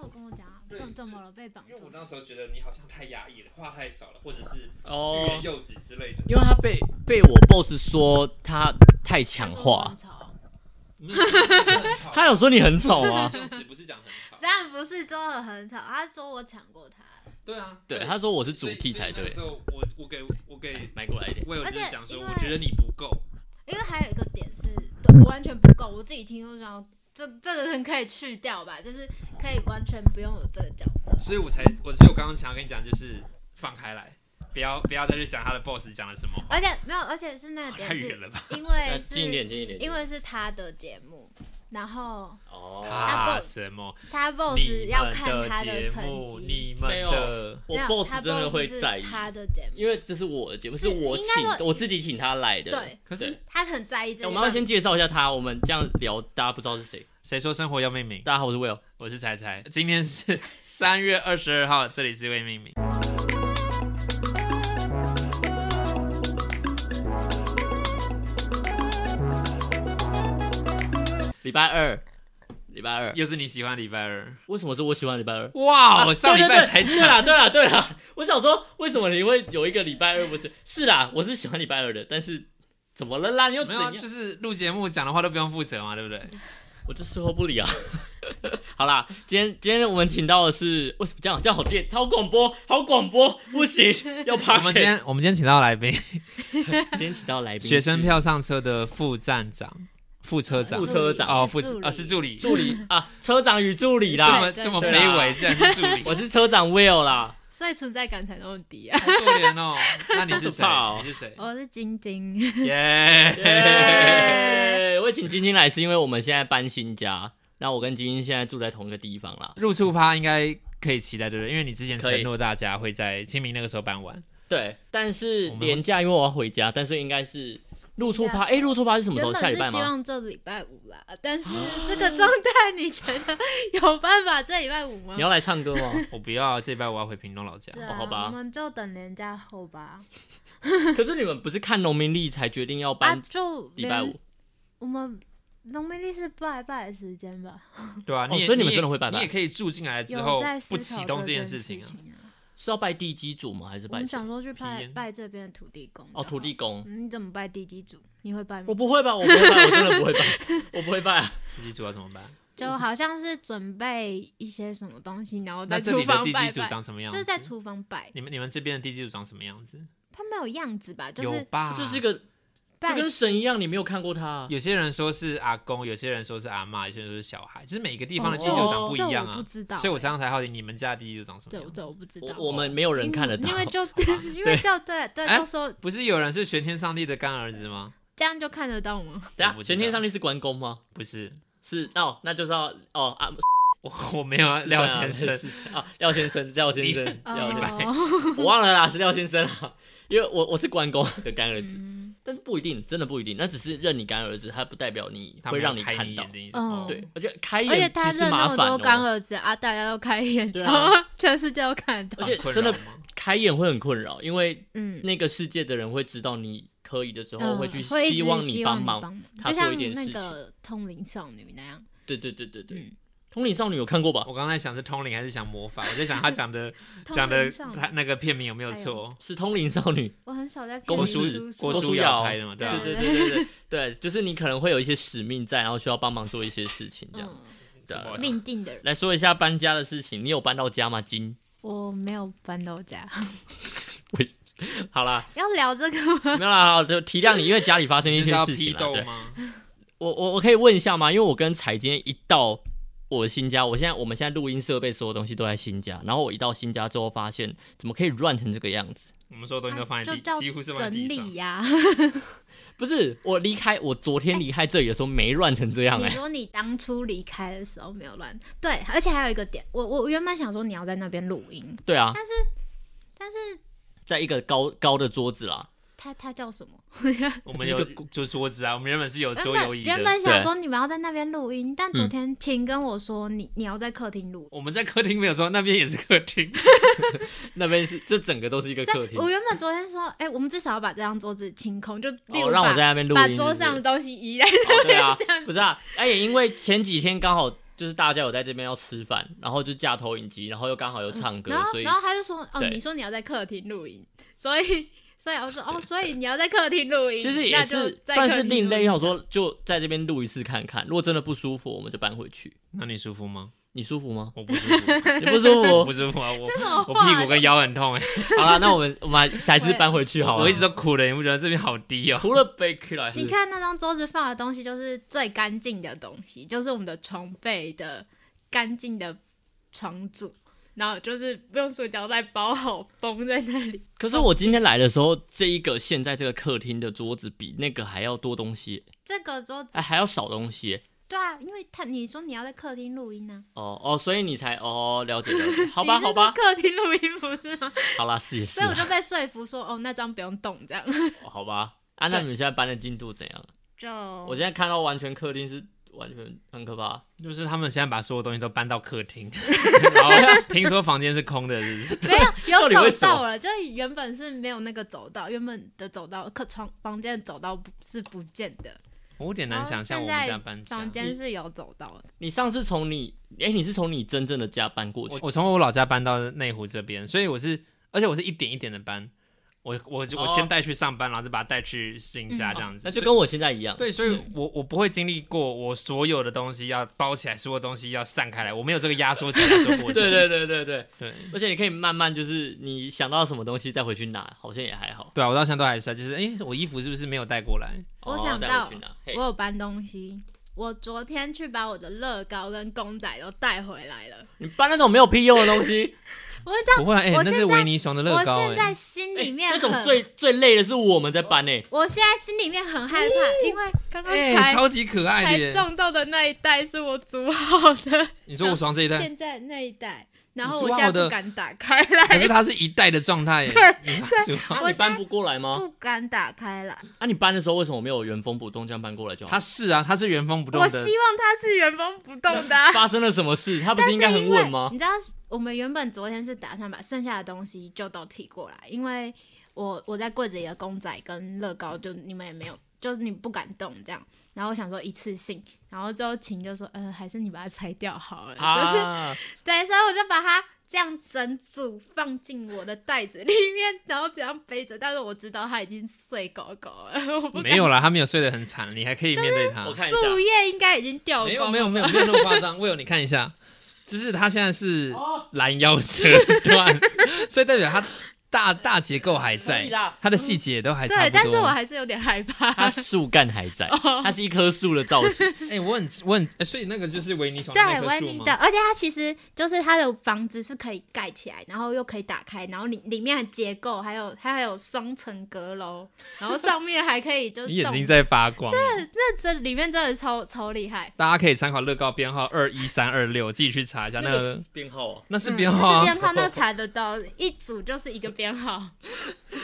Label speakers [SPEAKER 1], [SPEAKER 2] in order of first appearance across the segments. [SPEAKER 1] 有跟我讲啊
[SPEAKER 2] 对
[SPEAKER 1] 怎怎么了被绑
[SPEAKER 2] 因为我
[SPEAKER 1] 住？
[SPEAKER 2] 那时候觉得你好像太压抑了，话太少了，或者是欲
[SPEAKER 3] 哦
[SPEAKER 2] 言，又止之类的。
[SPEAKER 3] 因为他被被我 boss 说他太强化，
[SPEAKER 2] 你是很吵
[SPEAKER 3] 他有说你很丑啊 吗？
[SPEAKER 2] 用词不是讲很吵，
[SPEAKER 1] 当然不是真的很吵，他说我抢过他，
[SPEAKER 2] 对啊，
[SPEAKER 3] 对，他说我是主
[SPEAKER 2] 所以
[SPEAKER 3] 屁
[SPEAKER 2] 所
[SPEAKER 3] 才
[SPEAKER 2] 以那
[SPEAKER 3] 对
[SPEAKER 2] 个。时候我我给我给
[SPEAKER 3] 哎买过来一点，
[SPEAKER 2] 我有就是讲
[SPEAKER 1] 而
[SPEAKER 2] 说，
[SPEAKER 1] 且因
[SPEAKER 2] 我
[SPEAKER 1] 为
[SPEAKER 2] 觉得你不够，
[SPEAKER 1] 因为还有一个点是，对，完全不够，我自己听就知道，这这个人可以去掉吧，就是可以完全不用有这个角色。
[SPEAKER 2] 所以我才我所以我刚刚想要跟你讲，就是放开来，不要不要再去想他的 boss 讲了什么，
[SPEAKER 1] 而且没有，而且是那个点
[SPEAKER 2] 太
[SPEAKER 1] 是
[SPEAKER 2] 远了吧？
[SPEAKER 1] 因
[SPEAKER 3] 呃
[SPEAKER 1] 为
[SPEAKER 3] 近一
[SPEAKER 1] 是
[SPEAKER 3] 点，近一点。
[SPEAKER 1] 因为是他的节目，然后
[SPEAKER 3] 哦，
[SPEAKER 2] 怕
[SPEAKER 1] boss
[SPEAKER 2] 什么？
[SPEAKER 1] 他 boss
[SPEAKER 2] 你
[SPEAKER 1] 要
[SPEAKER 2] 们
[SPEAKER 1] 看他
[SPEAKER 2] 节
[SPEAKER 1] 成
[SPEAKER 2] 目，
[SPEAKER 1] 绩，
[SPEAKER 2] 你们的
[SPEAKER 3] 没有
[SPEAKER 1] 没
[SPEAKER 3] 我
[SPEAKER 1] 有
[SPEAKER 3] boss
[SPEAKER 1] 他
[SPEAKER 3] 真的
[SPEAKER 1] boss
[SPEAKER 3] 会
[SPEAKER 1] 是
[SPEAKER 3] 在意，
[SPEAKER 1] 他的节目，
[SPEAKER 3] 因为这是我的节目，
[SPEAKER 1] 是
[SPEAKER 3] 是我
[SPEAKER 1] 应该
[SPEAKER 3] 请
[SPEAKER 1] 说
[SPEAKER 3] 我自己请他来的。
[SPEAKER 1] 对，
[SPEAKER 2] 可是
[SPEAKER 1] 他很在意这
[SPEAKER 3] 哎
[SPEAKER 1] 个。
[SPEAKER 3] 我们要先介绍一下他，我们这样聊，大家不知道是谁。
[SPEAKER 2] 谁说生活要命名？
[SPEAKER 3] 大家好，我是 Will。
[SPEAKER 2] 我是彩彩，今 天是三月二十二号，这里是未命名。
[SPEAKER 3] 礼拜二，礼拜二，
[SPEAKER 2] 又是你喜欢礼拜二，
[SPEAKER 3] 为什么是我喜欢礼拜二？
[SPEAKER 2] 哇！
[SPEAKER 3] 啊
[SPEAKER 2] 我哦上礼拜才
[SPEAKER 3] 对对对
[SPEAKER 2] 讲，
[SPEAKER 3] 对啦，对啦，对 啦。我想说，为什么你会有一个礼拜二不是？是啦，我是喜欢礼拜二的，但是怎么了啦？你又
[SPEAKER 2] 没
[SPEAKER 3] 怎
[SPEAKER 2] 有啊，
[SPEAKER 3] 样？
[SPEAKER 2] 就是录节目讲的话都不用负责嘛，对不对？
[SPEAKER 3] 我就事后不理啊。 好啦，今天今天我们请到的是为什么这样？这样好电，好广播，好广播，不行，要趴。
[SPEAKER 2] 我们今天我们今天请到来 宾，
[SPEAKER 3] 今天请到来宾是
[SPEAKER 2] 学生票上车的副站长、副车长
[SPEAKER 3] 副车长
[SPEAKER 2] 哦，副
[SPEAKER 1] 副
[SPEAKER 2] 啊是助理，
[SPEAKER 3] 助理啊，车长与助理
[SPEAKER 2] 这
[SPEAKER 3] 啦。
[SPEAKER 2] 么
[SPEAKER 1] 对
[SPEAKER 2] 这么
[SPEAKER 3] 对啦
[SPEAKER 2] 卑微，竟然是助 理，
[SPEAKER 3] 我是车长 Will 啦，
[SPEAKER 1] 所以存在感才那么低啊！
[SPEAKER 2] 好可怜哦。那你是谁
[SPEAKER 3] 好可怕哦？
[SPEAKER 2] 你是谁？
[SPEAKER 1] 我是晶晶，
[SPEAKER 2] 耶！
[SPEAKER 3] 我会请晶晶来是因为我们现在搬新家，那我跟晶晶现在住在同一个地方啦。
[SPEAKER 2] 入处趴应该可以期待，对不对？因为你之前
[SPEAKER 3] 可以
[SPEAKER 2] 承诺大家会在清明那个时候办完。
[SPEAKER 3] 对，但是
[SPEAKER 2] 我们
[SPEAKER 3] 年假因为我要回家，但是应该是露出趴。哎、露出趴是什么时
[SPEAKER 1] 啊原
[SPEAKER 3] 候？下
[SPEAKER 1] 本
[SPEAKER 3] 礼拜
[SPEAKER 1] 是希
[SPEAKER 3] 吗？啊
[SPEAKER 1] 望这礼拜五啦，但是这个状态你觉得 有办法这礼拜五吗
[SPEAKER 3] 你？要来唱歌 吗？
[SPEAKER 2] 我不要，这礼拜我要回屏东老家。
[SPEAKER 1] 对
[SPEAKER 3] 哦
[SPEAKER 1] 啊，
[SPEAKER 3] 好吧
[SPEAKER 1] 我们就等年假后吧。
[SPEAKER 3] 可是你们不是看农民历才决定要
[SPEAKER 1] 啊，
[SPEAKER 3] 搬
[SPEAKER 1] 就
[SPEAKER 3] 礼拜
[SPEAKER 1] 连
[SPEAKER 3] 五？
[SPEAKER 1] 我们农民历是拜拜的时间吧？
[SPEAKER 2] 对啊，
[SPEAKER 3] 哦
[SPEAKER 2] 你也、
[SPEAKER 3] 所以你们
[SPEAKER 2] 也
[SPEAKER 3] 真的会拜拜
[SPEAKER 2] 你也可以住进来之
[SPEAKER 1] 有
[SPEAKER 2] 后
[SPEAKER 1] 在思
[SPEAKER 2] 不
[SPEAKER 1] 考
[SPEAKER 2] 启动
[SPEAKER 1] 这
[SPEAKER 2] 件
[SPEAKER 1] 事
[SPEAKER 2] 情啊。
[SPEAKER 1] 情啊。
[SPEAKER 3] 是要拜地基主吗？还是
[SPEAKER 1] 我
[SPEAKER 3] 拜
[SPEAKER 1] 们
[SPEAKER 3] 谁
[SPEAKER 1] 想说去
[SPEAKER 2] 皮
[SPEAKER 1] 拜
[SPEAKER 2] 烟
[SPEAKER 1] 拜这边的土地公就好。
[SPEAKER 3] 哦，土地公。
[SPEAKER 1] 嗯。你怎么拜地基主？你会拜吗
[SPEAKER 3] 我？不会吧？我不会 拜，我真的不会拜，我不会拜、啊。
[SPEAKER 2] 地基主要怎么办？
[SPEAKER 1] 就好像是准备一些什么东西，然后
[SPEAKER 2] 那
[SPEAKER 1] 在
[SPEAKER 2] 这
[SPEAKER 1] 厨
[SPEAKER 2] 里的
[SPEAKER 1] 房
[SPEAKER 2] 地
[SPEAKER 1] 拜
[SPEAKER 2] 基主
[SPEAKER 1] 拜，
[SPEAKER 2] 长什么样
[SPEAKER 1] 就
[SPEAKER 2] 子？
[SPEAKER 1] 是在厨房拜。
[SPEAKER 2] 你们你们这边的地基主长什么样子？
[SPEAKER 1] 它没有样子吧？就
[SPEAKER 2] 有
[SPEAKER 1] 是
[SPEAKER 2] 吧？
[SPEAKER 3] 这是一个，
[SPEAKER 1] 拜
[SPEAKER 3] 就跟神一样，你没有看过他、
[SPEAKER 2] 有些人说是阿公，有些人说是阿嬷，有些人说是小孩，就是每个地方的地基
[SPEAKER 1] 哦
[SPEAKER 2] 主长不一
[SPEAKER 1] 这
[SPEAKER 2] 样
[SPEAKER 1] 我
[SPEAKER 2] 啊
[SPEAKER 1] 不。知道欸，
[SPEAKER 2] 所以我常常才好奇你们家的地基主长什么
[SPEAKER 1] 这我
[SPEAKER 2] 样子。
[SPEAKER 1] 这我不知道
[SPEAKER 3] 我，我们没有人看得到
[SPEAKER 1] 因，为 就 因为就对对，
[SPEAKER 2] 哎
[SPEAKER 1] 就说
[SPEAKER 2] 不是有人是玄天上帝的干儿子吗？
[SPEAKER 1] 这样就看得到吗？
[SPEAKER 3] 等
[SPEAKER 2] 我
[SPEAKER 3] 下，
[SPEAKER 2] 不知道
[SPEAKER 3] 啊玄天上帝是关公吗？
[SPEAKER 2] 不是，
[SPEAKER 3] 是哦，那就是要哦啊，
[SPEAKER 2] 我我没有啊，
[SPEAKER 3] 是
[SPEAKER 2] 廖
[SPEAKER 3] 这样
[SPEAKER 2] 先生。
[SPEAKER 3] 是是啊，廖先生，廖先生，廖
[SPEAKER 2] 几
[SPEAKER 3] 先
[SPEAKER 2] 百
[SPEAKER 3] 生，
[SPEAKER 1] 哦，
[SPEAKER 3] 我忘了啦，是廖先生啦，因为我我是关公的干儿子，
[SPEAKER 1] 嗯
[SPEAKER 3] 但不一定，真的不一定，那只是认你干儿子，他不代表你
[SPEAKER 2] 他
[SPEAKER 3] 会
[SPEAKER 2] 们
[SPEAKER 3] 让
[SPEAKER 2] 要开
[SPEAKER 3] 看
[SPEAKER 2] 你
[SPEAKER 3] 到
[SPEAKER 2] 眼，睛。
[SPEAKER 1] 嗯
[SPEAKER 2] 哦
[SPEAKER 3] 对，而且开
[SPEAKER 1] 而且
[SPEAKER 3] 眼
[SPEAKER 1] 他
[SPEAKER 3] 其实
[SPEAKER 1] 认那
[SPEAKER 3] 麻
[SPEAKER 1] 么
[SPEAKER 3] 烦
[SPEAKER 1] 多干
[SPEAKER 3] 哦，
[SPEAKER 1] 儿子啊，大家都开眼，
[SPEAKER 3] 对
[SPEAKER 1] 然
[SPEAKER 3] 啊
[SPEAKER 1] 后全世界都看得到，
[SPEAKER 3] 而 且
[SPEAKER 2] 很困
[SPEAKER 3] 真的
[SPEAKER 2] 扰吗
[SPEAKER 3] 开眼会很困扰，因为
[SPEAKER 1] 嗯，
[SPEAKER 3] 那个世界的人会知道你可以的时候，
[SPEAKER 1] 嗯
[SPEAKER 3] 去
[SPEAKER 1] 会一
[SPEAKER 3] 希
[SPEAKER 1] 直
[SPEAKER 3] 望
[SPEAKER 1] 希
[SPEAKER 3] 帮
[SPEAKER 1] 望你
[SPEAKER 3] 忙。他
[SPEAKER 1] 就
[SPEAKER 3] 做
[SPEAKER 1] 像
[SPEAKER 3] 一点
[SPEAKER 1] 那
[SPEAKER 3] 事
[SPEAKER 1] 个通灵少女那样，
[SPEAKER 3] 对对对对对
[SPEAKER 1] 嗯，
[SPEAKER 3] 通灵少女有看过吧？
[SPEAKER 2] 我刚才想是通灵还是想魔法，我在想他 讲的
[SPEAKER 1] 通
[SPEAKER 2] 讲的
[SPEAKER 1] 灵少女
[SPEAKER 2] 他那个片名有没有
[SPEAKER 1] 还有
[SPEAKER 2] 错？
[SPEAKER 3] 是通灵少 女，
[SPEAKER 1] 我很少在嗯
[SPEAKER 3] 郭
[SPEAKER 1] 片
[SPEAKER 3] 书
[SPEAKER 1] 里
[SPEAKER 2] 郭
[SPEAKER 1] 出
[SPEAKER 2] 书瑶拍的嘛，对啊
[SPEAKER 3] 对
[SPEAKER 2] 吧？
[SPEAKER 3] 对对对对对，就是你可能会有一些使命在，然后需要帮忙做一些事情这样。
[SPEAKER 1] 嗯
[SPEAKER 3] 对
[SPEAKER 2] 什
[SPEAKER 3] 啊
[SPEAKER 2] 么
[SPEAKER 1] 命定的人，
[SPEAKER 3] 来说一下搬家的事情，你有搬到家吗？金，
[SPEAKER 1] 我没有搬到家，
[SPEAKER 3] 好啦，
[SPEAKER 1] 要聊这个吗？
[SPEAKER 3] 没有啦，好就体谅你，因为家里
[SPEAKER 1] 哎
[SPEAKER 3] 发生一
[SPEAKER 2] 你是
[SPEAKER 3] 些
[SPEAKER 2] 要
[SPEAKER 3] 事
[SPEAKER 2] 批
[SPEAKER 3] 情啦。
[SPEAKER 2] 斗
[SPEAKER 3] 对，
[SPEAKER 2] 吗？
[SPEAKER 3] 我我我可以问一下吗？因为我跟彩今天一到我的新家，我现在我们现在录音设备所有东西都在新家，然后我一到新家之后发现，怎么可以乱成这个样子？
[SPEAKER 2] 我们所有东西都放在
[SPEAKER 1] 就
[SPEAKER 2] 地，
[SPEAKER 1] 叫
[SPEAKER 2] 几乎是放在
[SPEAKER 1] 整
[SPEAKER 2] 地上
[SPEAKER 1] 理。呀。
[SPEAKER 3] 不是我离开，我昨天离开这里的时候没乱成这样
[SPEAKER 1] 你
[SPEAKER 3] 哎、
[SPEAKER 1] 说你当初离开的时候没有乱，对，而且还有一个点，我我原本想说你要在那边录音，
[SPEAKER 3] 对啊，
[SPEAKER 1] 但是
[SPEAKER 3] 在一个高高的桌子啦，
[SPEAKER 1] 他他叫什么？
[SPEAKER 2] 我们有就桌子啊，我们原本是有
[SPEAKER 1] 原
[SPEAKER 2] 桌有
[SPEAKER 1] 本
[SPEAKER 2] 椅
[SPEAKER 1] 原
[SPEAKER 2] 的。
[SPEAKER 1] 本想说你们要在那边录音，但
[SPEAKER 3] 嗯
[SPEAKER 1] 昨天晴跟我说你你要在客厅录。
[SPEAKER 2] 我们在客厅没有说，那边也是客厅。
[SPEAKER 3] 那边是这整个都是一个
[SPEAKER 1] 在
[SPEAKER 3] 客厅
[SPEAKER 1] 我。原本昨天说，哎、我们至少要把这张桌子清空，就例
[SPEAKER 3] 哦，
[SPEAKER 1] 如
[SPEAKER 3] 让我
[SPEAKER 1] 把、
[SPEAKER 3] 在那边录音
[SPEAKER 1] 把
[SPEAKER 3] 是不是。
[SPEAKER 1] 桌上的东西移来。
[SPEAKER 3] 哦对啊
[SPEAKER 1] 这样，
[SPEAKER 3] 不是啊，哎、也因为前几天刚好就是大家有在这边要吃饭，然后就架投影机，然后又刚好又唱歌
[SPEAKER 1] 嗯然，后
[SPEAKER 3] 所以
[SPEAKER 1] 然后他就说，哦，
[SPEAKER 3] 对
[SPEAKER 1] 你说你要在客厅录音，所以所以我说，哦，所以你要在客厅录音，
[SPEAKER 3] 其实也
[SPEAKER 1] 那就是在
[SPEAKER 3] 算
[SPEAKER 1] 客
[SPEAKER 3] 是
[SPEAKER 1] 厅
[SPEAKER 3] 另
[SPEAKER 1] 录
[SPEAKER 3] 类，
[SPEAKER 1] 音
[SPEAKER 3] 想说就在这边录一次看看，如果真的不舒服，我们就搬回去。
[SPEAKER 2] 那你舒服吗？？
[SPEAKER 3] 你舒服 吗
[SPEAKER 2] 我不舒服，
[SPEAKER 3] 你不舒
[SPEAKER 2] 我
[SPEAKER 3] 服
[SPEAKER 2] 不？舒服啊，我
[SPEAKER 1] 这种
[SPEAKER 2] 我
[SPEAKER 1] 话
[SPEAKER 2] 屁股跟腰很痛哎、
[SPEAKER 3] 好啦，那我们我们下一次搬回去好了。
[SPEAKER 2] 我一直都哭了，你不觉得这边好低 哦、
[SPEAKER 3] 除了背起来，
[SPEAKER 1] 你看那张桌子放的东西就是最干净的东西，就是我们的床被的干净的床组，然后就是用塑胶袋包好封在那里。
[SPEAKER 3] 可是我今天来的时候，这一个现在这个客厅的桌子比那个还要多东西，
[SPEAKER 1] 这个桌子
[SPEAKER 3] 哎，还要少东西。
[SPEAKER 1] 对啊，因为他你说你要在客厅录音呢、
[SPEAKER 3] 哦哦，所以你才哦了 解了解，
[SPEAKER 1] 啊，
[SPEAKER 3] 好吧
[SPEAKER 1] 你是
[SPEAKER 3] 好
[SPEAKER 1] 说
[SPEAKER 3] 吧，
[SPEAKER 1] 客厅录音不是 吗？
[SPEAKER 3] 好啦是也是
[SPEAKER 1] 所以我
[SPEAKER 3] 啦，
[SPEAKER 1] 就被说服说哦，那张不用动这样。
[SPEAKER 3] 哦好吧。啊，那你们现在搬的进度怎样？
[SPEAKER 1] 就
[SPEAKER 3] 我现在看到完全客厅是完全很可怕，
[SPEAKER 2] 就是他们现在把所有东西都搬到 客厅，然后听说房间是空的，是不是？
[SPEAKER 1] 没有
[SPEAKER 3] 到底为
[SPEAKER 1] 有走
[SPEAKER 3] 什么
[SPEAKER 1] 道了，就是原本是没有那个走道，原本的走道客床房间的走道不是不见的，
[SPEAKER 2] 我有点难想象我
[SPEAKER 1] 然
[SPEAKER 2] 们
[SPEAKER 1] 后哦现
[SPEAKER 2] 家
[SPEAKER 1] 在
[SPEAKER 2] 搬家
[SPEAKER 1] 房。间是有走道的。
[SPEAKER 3] 你上次从你，哎、你是从你真正的家搬过
[SPEAKER 2] 我
[SPEAKER 3] 去，
[SPEAKER 2] 我从我老家搬到内湖这边，所以我是，而且我是一点一点的搬，我我我
[SPEAKER 3] 哦
[SPEAKER 2] 先带去上班，然后再把它带去新家
[SPEAKER 1] 嗯
[SPEAKER 2] 这样子。
[SPEAKER 3] 那就跟我现在一样。
[SPEAKER 2] 对，所以
[SPEAKER 1] 嗯
[SPEAKER 2] 我我不会经历过我所有的东西要包起来，所有东西要散开来，我没有这个压缩起来的过程。
[SPEAKER 3] 对 对对对对，
[SPEAKER 2] 对
[SPEAKER 3] 而且你可以慢慢就是你想到什么东西再回去拿，好像也还好。
[SPEAKER 2] 对啊，我到现在都还是啊，就是哎、诶我衣服是不是没有带过来？
[SPEAKER 1] 我
[SPEAKER 3] 哦
[SPEAKER 1] 想
[SPEAKER 3] 再
[SPEAKER 1] 到
[SPEAKER 3] 回去拿嘿
[SPEAKER 1] 我有搬东西，我昨天去把我的乐高跟公仔都带回来了。
[SPEAKER 3] 你搬那种没有屁用的东西，
[SPEAKER 1] 我知道，
[SPEAKER 2] 不会啊，哎、
[SPEAKER 1] 我
[SPEAKER 2] 那是
[SPEAKER 1] 现在
[SPEAKER 2] 维尼熊的乐
[SPEAKER 1] 我
[SPEAKER 2] 高、
[SPEAKER 1] 现在
[SPEAKER 2] 哎，
[SPEAKER 1] 心
[SPEAKER 3] 哎
[SPEAKER 1] 里面
[SPEAKER 3] 那
[SPEAKER 1] 很，
[SPEAKER 3] 种最最累的是我们在搬诶、
[SPEAKER 1] 我现在心里面很害怕，因为刚刚
[SPEAKER 2] 哎、
[SPEAKER 1] 才、
[SPEAKER 2] 超级可爱的
[SPEAKER 1] 才
[SPEAKER 2] 耶！
[SPEAKER 1] 撞到的那一袋是我组好 的，
[SPEAKER 2] 你说我床这一袋，
[SPEAKER 1] 现在那一袋，然后
[SPEAKER 2] 你
[SPEAKER 1] 我
[SPEAKER 2] 组
[SPEAKER 1] 现在
[SPEAKER 2] 好的
[SPEAKER 1] 不敢打开来，
[SPEAKER 2] 可是它是一袋的状态耶。
[SPEAKER 1] 对
[SPEAKER 2] 你说是吗
[SPEAKER 3] 啊，
[SPEAKER 1] 哦我
[SPEAKER 3] 你
[SPEAKER 1] 现在嗯
[SPEAKER 3] 搬不过来
[SPEAKER 2] 哦
[SPEAKER 3] 吗？
[SPEAKER 1] 不敢打开来。
[SPEAKER 3] 啊，你搬的时候为什么没有原封不动这样搬过来就好？
[SPEAKER 2] 它是啊，它是原封不动
[SPEAKER 1] 我希
[SPEAKER 2] 的。
[SPEAKER 1] 望它是原封不动的啊、
[SPEAKER 3] 发生了什么事？他不
[SPEAKER 1] 但
[SPEAKER 3] 是应该很
[SPEAKER 1] 因为
[SPEAKER 3] 稳吗？
[SPEAKER 1] 你知道，我们原本昨天是打算把剩下的东西就都提过来，因为我我在柜子里的公仔跟乐高，就你们也没有，就是你不敢动这样。然后我想说一次性，然后之后晴就说，嗯、还是你把它拆掉好了，就是
[SPEAKER 3] 啊，
[SPEAKER 1] 对，所以我就把它这样整组放进我的袋子里面，然后这样背着。但是我知道它已经碎狗狗了，我不
[SPEAKER 2] 没有啦，他没有睡得很惨，你还可以面对它。
[SPEAKER 3] 我看一下
[SPEAKER 1] 树叶应该已经掉光
[SPEAKER 2] 没
[SPEAKER 1] 了
[SPEAKER 2] 有没有没有没有那么夸张。我有 你看一下，就是它现在是
[SPEAKER 3] 哦
[SPEAKER 2] 拦腰折断， 所以代表它大大结构还
[SPEAKER 3] 可
[SPEAKER 2] 在
[SPEAKER 3] 以啦，
[SPEAKER 2] 它的细节都还差
[SPEAKER 1] 对，
[SPEAKER 2] 不多。
[SPEAKER 1] 但是我还是有点害怕。
[SPEAKER 3] 它树干还在，
[SPEAKER 1] 哦
[SPEAKER 3] 它是一棵树的造型。
[SPEAKER 2] 哎、我很我很、哎所以那个就是维尼熊的
[SPEAKER 1] 对，
[SPEAKER 2] 那棵
[SPEAKER 1] 维
[SPEAKER 2] 树
[SPEAKER 1] 尼
[SPEAKER 2] 吗
[SPEAKER 1] 的，？而且它其实就是它的房子是可以盖起来，然后又可以打开，然后里里面的结构还有它还有双层阁楼， 然后上面还可以就
[SPEAKER 2] 你
[SPEAKER 1] 是
[SPEAKER 2] 眼
[SPEAKER 1] 动
[SPEAKER 2] 睛，在发光。
[SPEAKER 1] 那这里面真的超超厉害，
[SPEAKER 2] 大家可以参考乐高编号二一三二六，自己去查一下那个。
[SPEAKER 3] 编号啊，
[SPEAKER 2] 那是
[SPEAKER 1] 嗯
[SPEAKER 2] 编号啊！
[SPEAKER 1] 是编号那查得到，一组就是一个编号。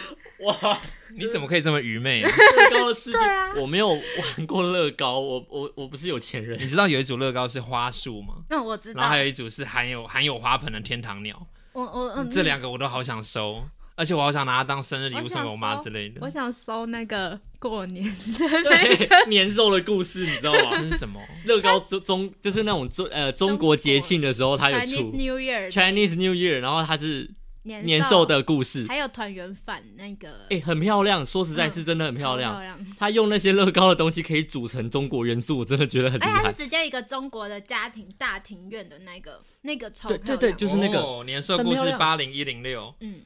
[SPEAKER 3] 哇，
[SPEAKER 2] 你怎么可以这么愚 昧、啊？
[SPEAKER 3] 乐高的世界
[SPEAKER 1] 对啊，
[SPEAKER 3] 我没有玩过乐高，我我我不是有钱人。
[SPEAKER 2] 你知道有一组乐高是花束吗？
[SPEAKER 1] 那我知
[SPEAKER 2] 然后
[SPEAKER 1] 道
[SPEAKER 2] 还，有一组是含有含有花盆的天堂鸟。
[SPEAKER 1] 我我嗯，
[SPEAKER 2] 这两个我都好想收，而且我好想拿它当生日礼
[SPEAKER 1] 我
[SPEAKER 2] 物送
[SPEAKER 1] 想
[SPEAKER 2] 给我妈
[SPEAKER 1] 收
[SPEAKER 2] 之类的
[SPEAKER 1] 嗯我。想收那个过年的那个，
[SPEAKER 3] 对，年兽的故事你知道
[SPEAKER 2] 那
[SPEAKER 3] 吗？
[SPEAKER 2] 是什么？
[SPEAKER 3] 乐高中中就是那种中呃中国节庆的时候，它有
[SPEAKER 1] Chinese
[SPEAKER 3] 出
[SPEAKER 1] New Year 的
[SPEAKER 3] Chinese New Year，然后它是
[SPEAKER 1] 年
[SPEAKER 3] 年兽，的故事，
[SPEAKER 1] 还有团圆饭那个，
[SPEAKER 3] 哎，很漂亮，说实在是
[SPEAKER 1] 嗯
[SPEAKER 3] 真的很
[SPEAKER 1] 超
[SPEAKER 3] 漂亮
[SPEAKER 1] 漂。亮。
[SPEAKER 3] 他用那些乐高的东西可以组成中国元素，我真的觉得很厉
[SPEAKER 1] 哎，它是
[SPEAKER 3] 害。
[SPEAKER 1] 直接一个中国的家庭大庭院的那个，那个超
[SPEAKER 3] 对
[SPEAKER 1] 漂
[SPEAKER 3] 对
[SPEAKER 1] 亮。
[SPEAKER 3] 对，就是那个。
[SPEAKER 2] 哦年兽
[SPEAKER 3] 很
[SPEAKER 2] 故
[SPEAKER 3] 漂
[SPEAKER 2] 事
[SPEAKER 3] 亮
[SPEAKER 2] 八零一零六，
[SPEAKER 1] 嗯，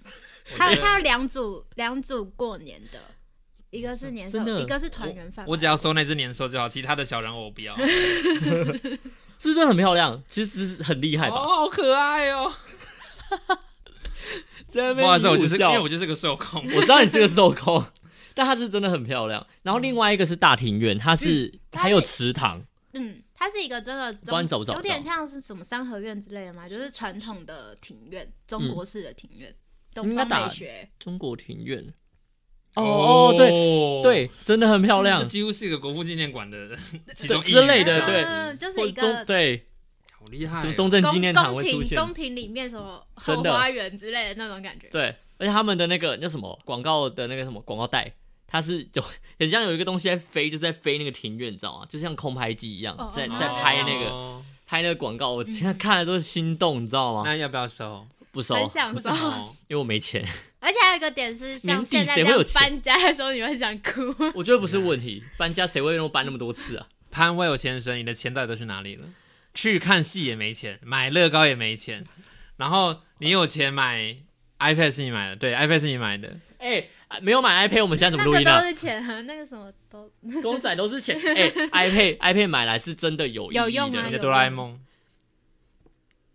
[SPEAKER 2] 我
[SPEAKER 1] 它有
[SPEAKER 2] 觉得
[SPEAKER 1] 它有两组两组过年的，一个是年兽
[SPEAKER 3] 真，的
[SPEAKER 1] 一个是团圆饭。
[SPEAKER 2] 我只要收那只年兽就好，其他的小人偶我不 要。哦，
[SPEAKER 3] 是真的很漂亮，其实是很厉害吧？
[SPEAKER 2] 哦好可爱哦！
[SPEAKER 3] 在那
[SPEAKER 2] 不
[SPEAKER 3] 边
[SPEAKER 2] 好意思，我就
[SPEAKER 3] 一路
[SPEAKER 2] 是因
[SPEAKER 3] 笑
[SPEAKER 2] 为我就是个受控。
[SPEAKER 3] 我知道你是个受控，但它是真的很漂亮。
[SPEAKER 1] 嗯
[SPEAKER 3] 然后另外一个是大庭院，它是、
[SPEAKER 1] 它是
[SPEAKER 3] 还有池塘，
[SPEAKER 1] 嗯，它是一个真的
[SPEAKER 3] 知道
[SPEAKER 1] 中
[SPEAKER 3] 你找不找
[SPEAKER 1] 有
[SPEAKER 3] 得
[SPEAKER 1] 点
[SPEAKER 3] 到
[SPEAKER 1] 像是什么三合院之类的嘛，就是传统的庭院，中国式的庭院，
[SPEAKER 3] 你
[SPEAKER 1] 东
[SPEAKER 3] 嗯应该
[SPEAKER 1] 方
[SPEAKER 3] 打
[SPEAKER 1] 美学。
[SPEAKER 3] 中国庭院。哦哦，对对，真的很漂亮
[SPEAKER 2] 这。几乎是一个国父纪念馆的 其
[SPEAKER 3] 对
[SPEAKER 2] 中一
[SPEAKER 3] 之类的
[SPEAKER 2] 员
[SPEAKER 3] 对
[SPEAKER 1] 嗯，就
[SPEAKER 3] 或
[SPEAKER 1] 是一
[SPEAKER 3] 中
[SPEAKER 1] 个
[SPEAKER 3] 对
[SPEAKER 2] 好厉害
[SPEAKER 3] 什
[SPEAKER 2] 哦。
[SPEAKER 3] 么中正纪
[SPEAKER 1] 宫
[SPEAKER 3] 念堂
[SPEAKER 1] 宫
[SPEAKER 3] 会出
[SPEAKER 1] 廷
[SPEAKER 3] 现，
[SPEAKER 1] 宫廷里面什 么后
[SPEAKER 3] 真的
[SPEAKER 1] 花园之类的那种感觉。
[SPEAKER 3] 对，而且他们的那个那什么广告的那个什么广告带，它是有很像有一个东西在飞，就是在飞那个庭院，你知道吗？就像空拍机一样
[SPEAKER 1] 哦，
[SPEAKER 3] 在
[SPEAKER 1] 哦
[SPEAKER 3] 在
[SPEAKER 1] 哦嗯
[SPEAKER 3] 拍那个。
[SPEAKER 2] 个
[SPEAKER 3] 拍那个广告，我现在看了都是心动，你知道吗？
[SPEAKER 2] 那要不要收？
[SPEAKER 3] 不收，
[SPEAKER 1] 很想
[SPEAKER 2] 为
[SPEAKER 1] 收
[SPEAKER 2] 什。么？
[SPEAKER 3] 因为我没钱。
[SPEAKER 1] 而且还有一个点是，像
[SPEAKER 3] 年底
[SPEAKER 1] 现在
[SPEAKER 3] 谁
[SPEAKER 1] 这
[SPEAKER 3] 会有
[SPEAKER 1] 样
[SPEAKER 3] 钱
[SPEAKER 1] 搬家的时候，你会想哭。
[SPEAKER 3] 我觉得不是问题，搬家谁会用搬那么多次啊？
[SPEAKER 2] 潘威尔先生，你的钱到底都去哪里了？去看戏也没钱，买乐高也没钱，然后你有钱买 iPad 是你买的，对，iPad 是你买的，
[SPEAKER 3] 哎、啊没有买 iPad，我们现在怎么
[SPEAKER 1] 那
[SPEAKER 3] 录
[SPEAKER 1] 个
[SPEAKER 3] 音呢、
[SPEAKER 1] 都
[SPEAKER 3] 啊？
[SPEAKER 1] 是钱啊，那个什么都
[SPEAKER 3] 公仔都是钱。哎、i p a d iPad 买来是真的有意义
[SPEAKER 1] 有
[SPEAKER 3] 的
[SPEAKER 1] 用啊
[SPEAKER 2] 你的哆啦 A 梦，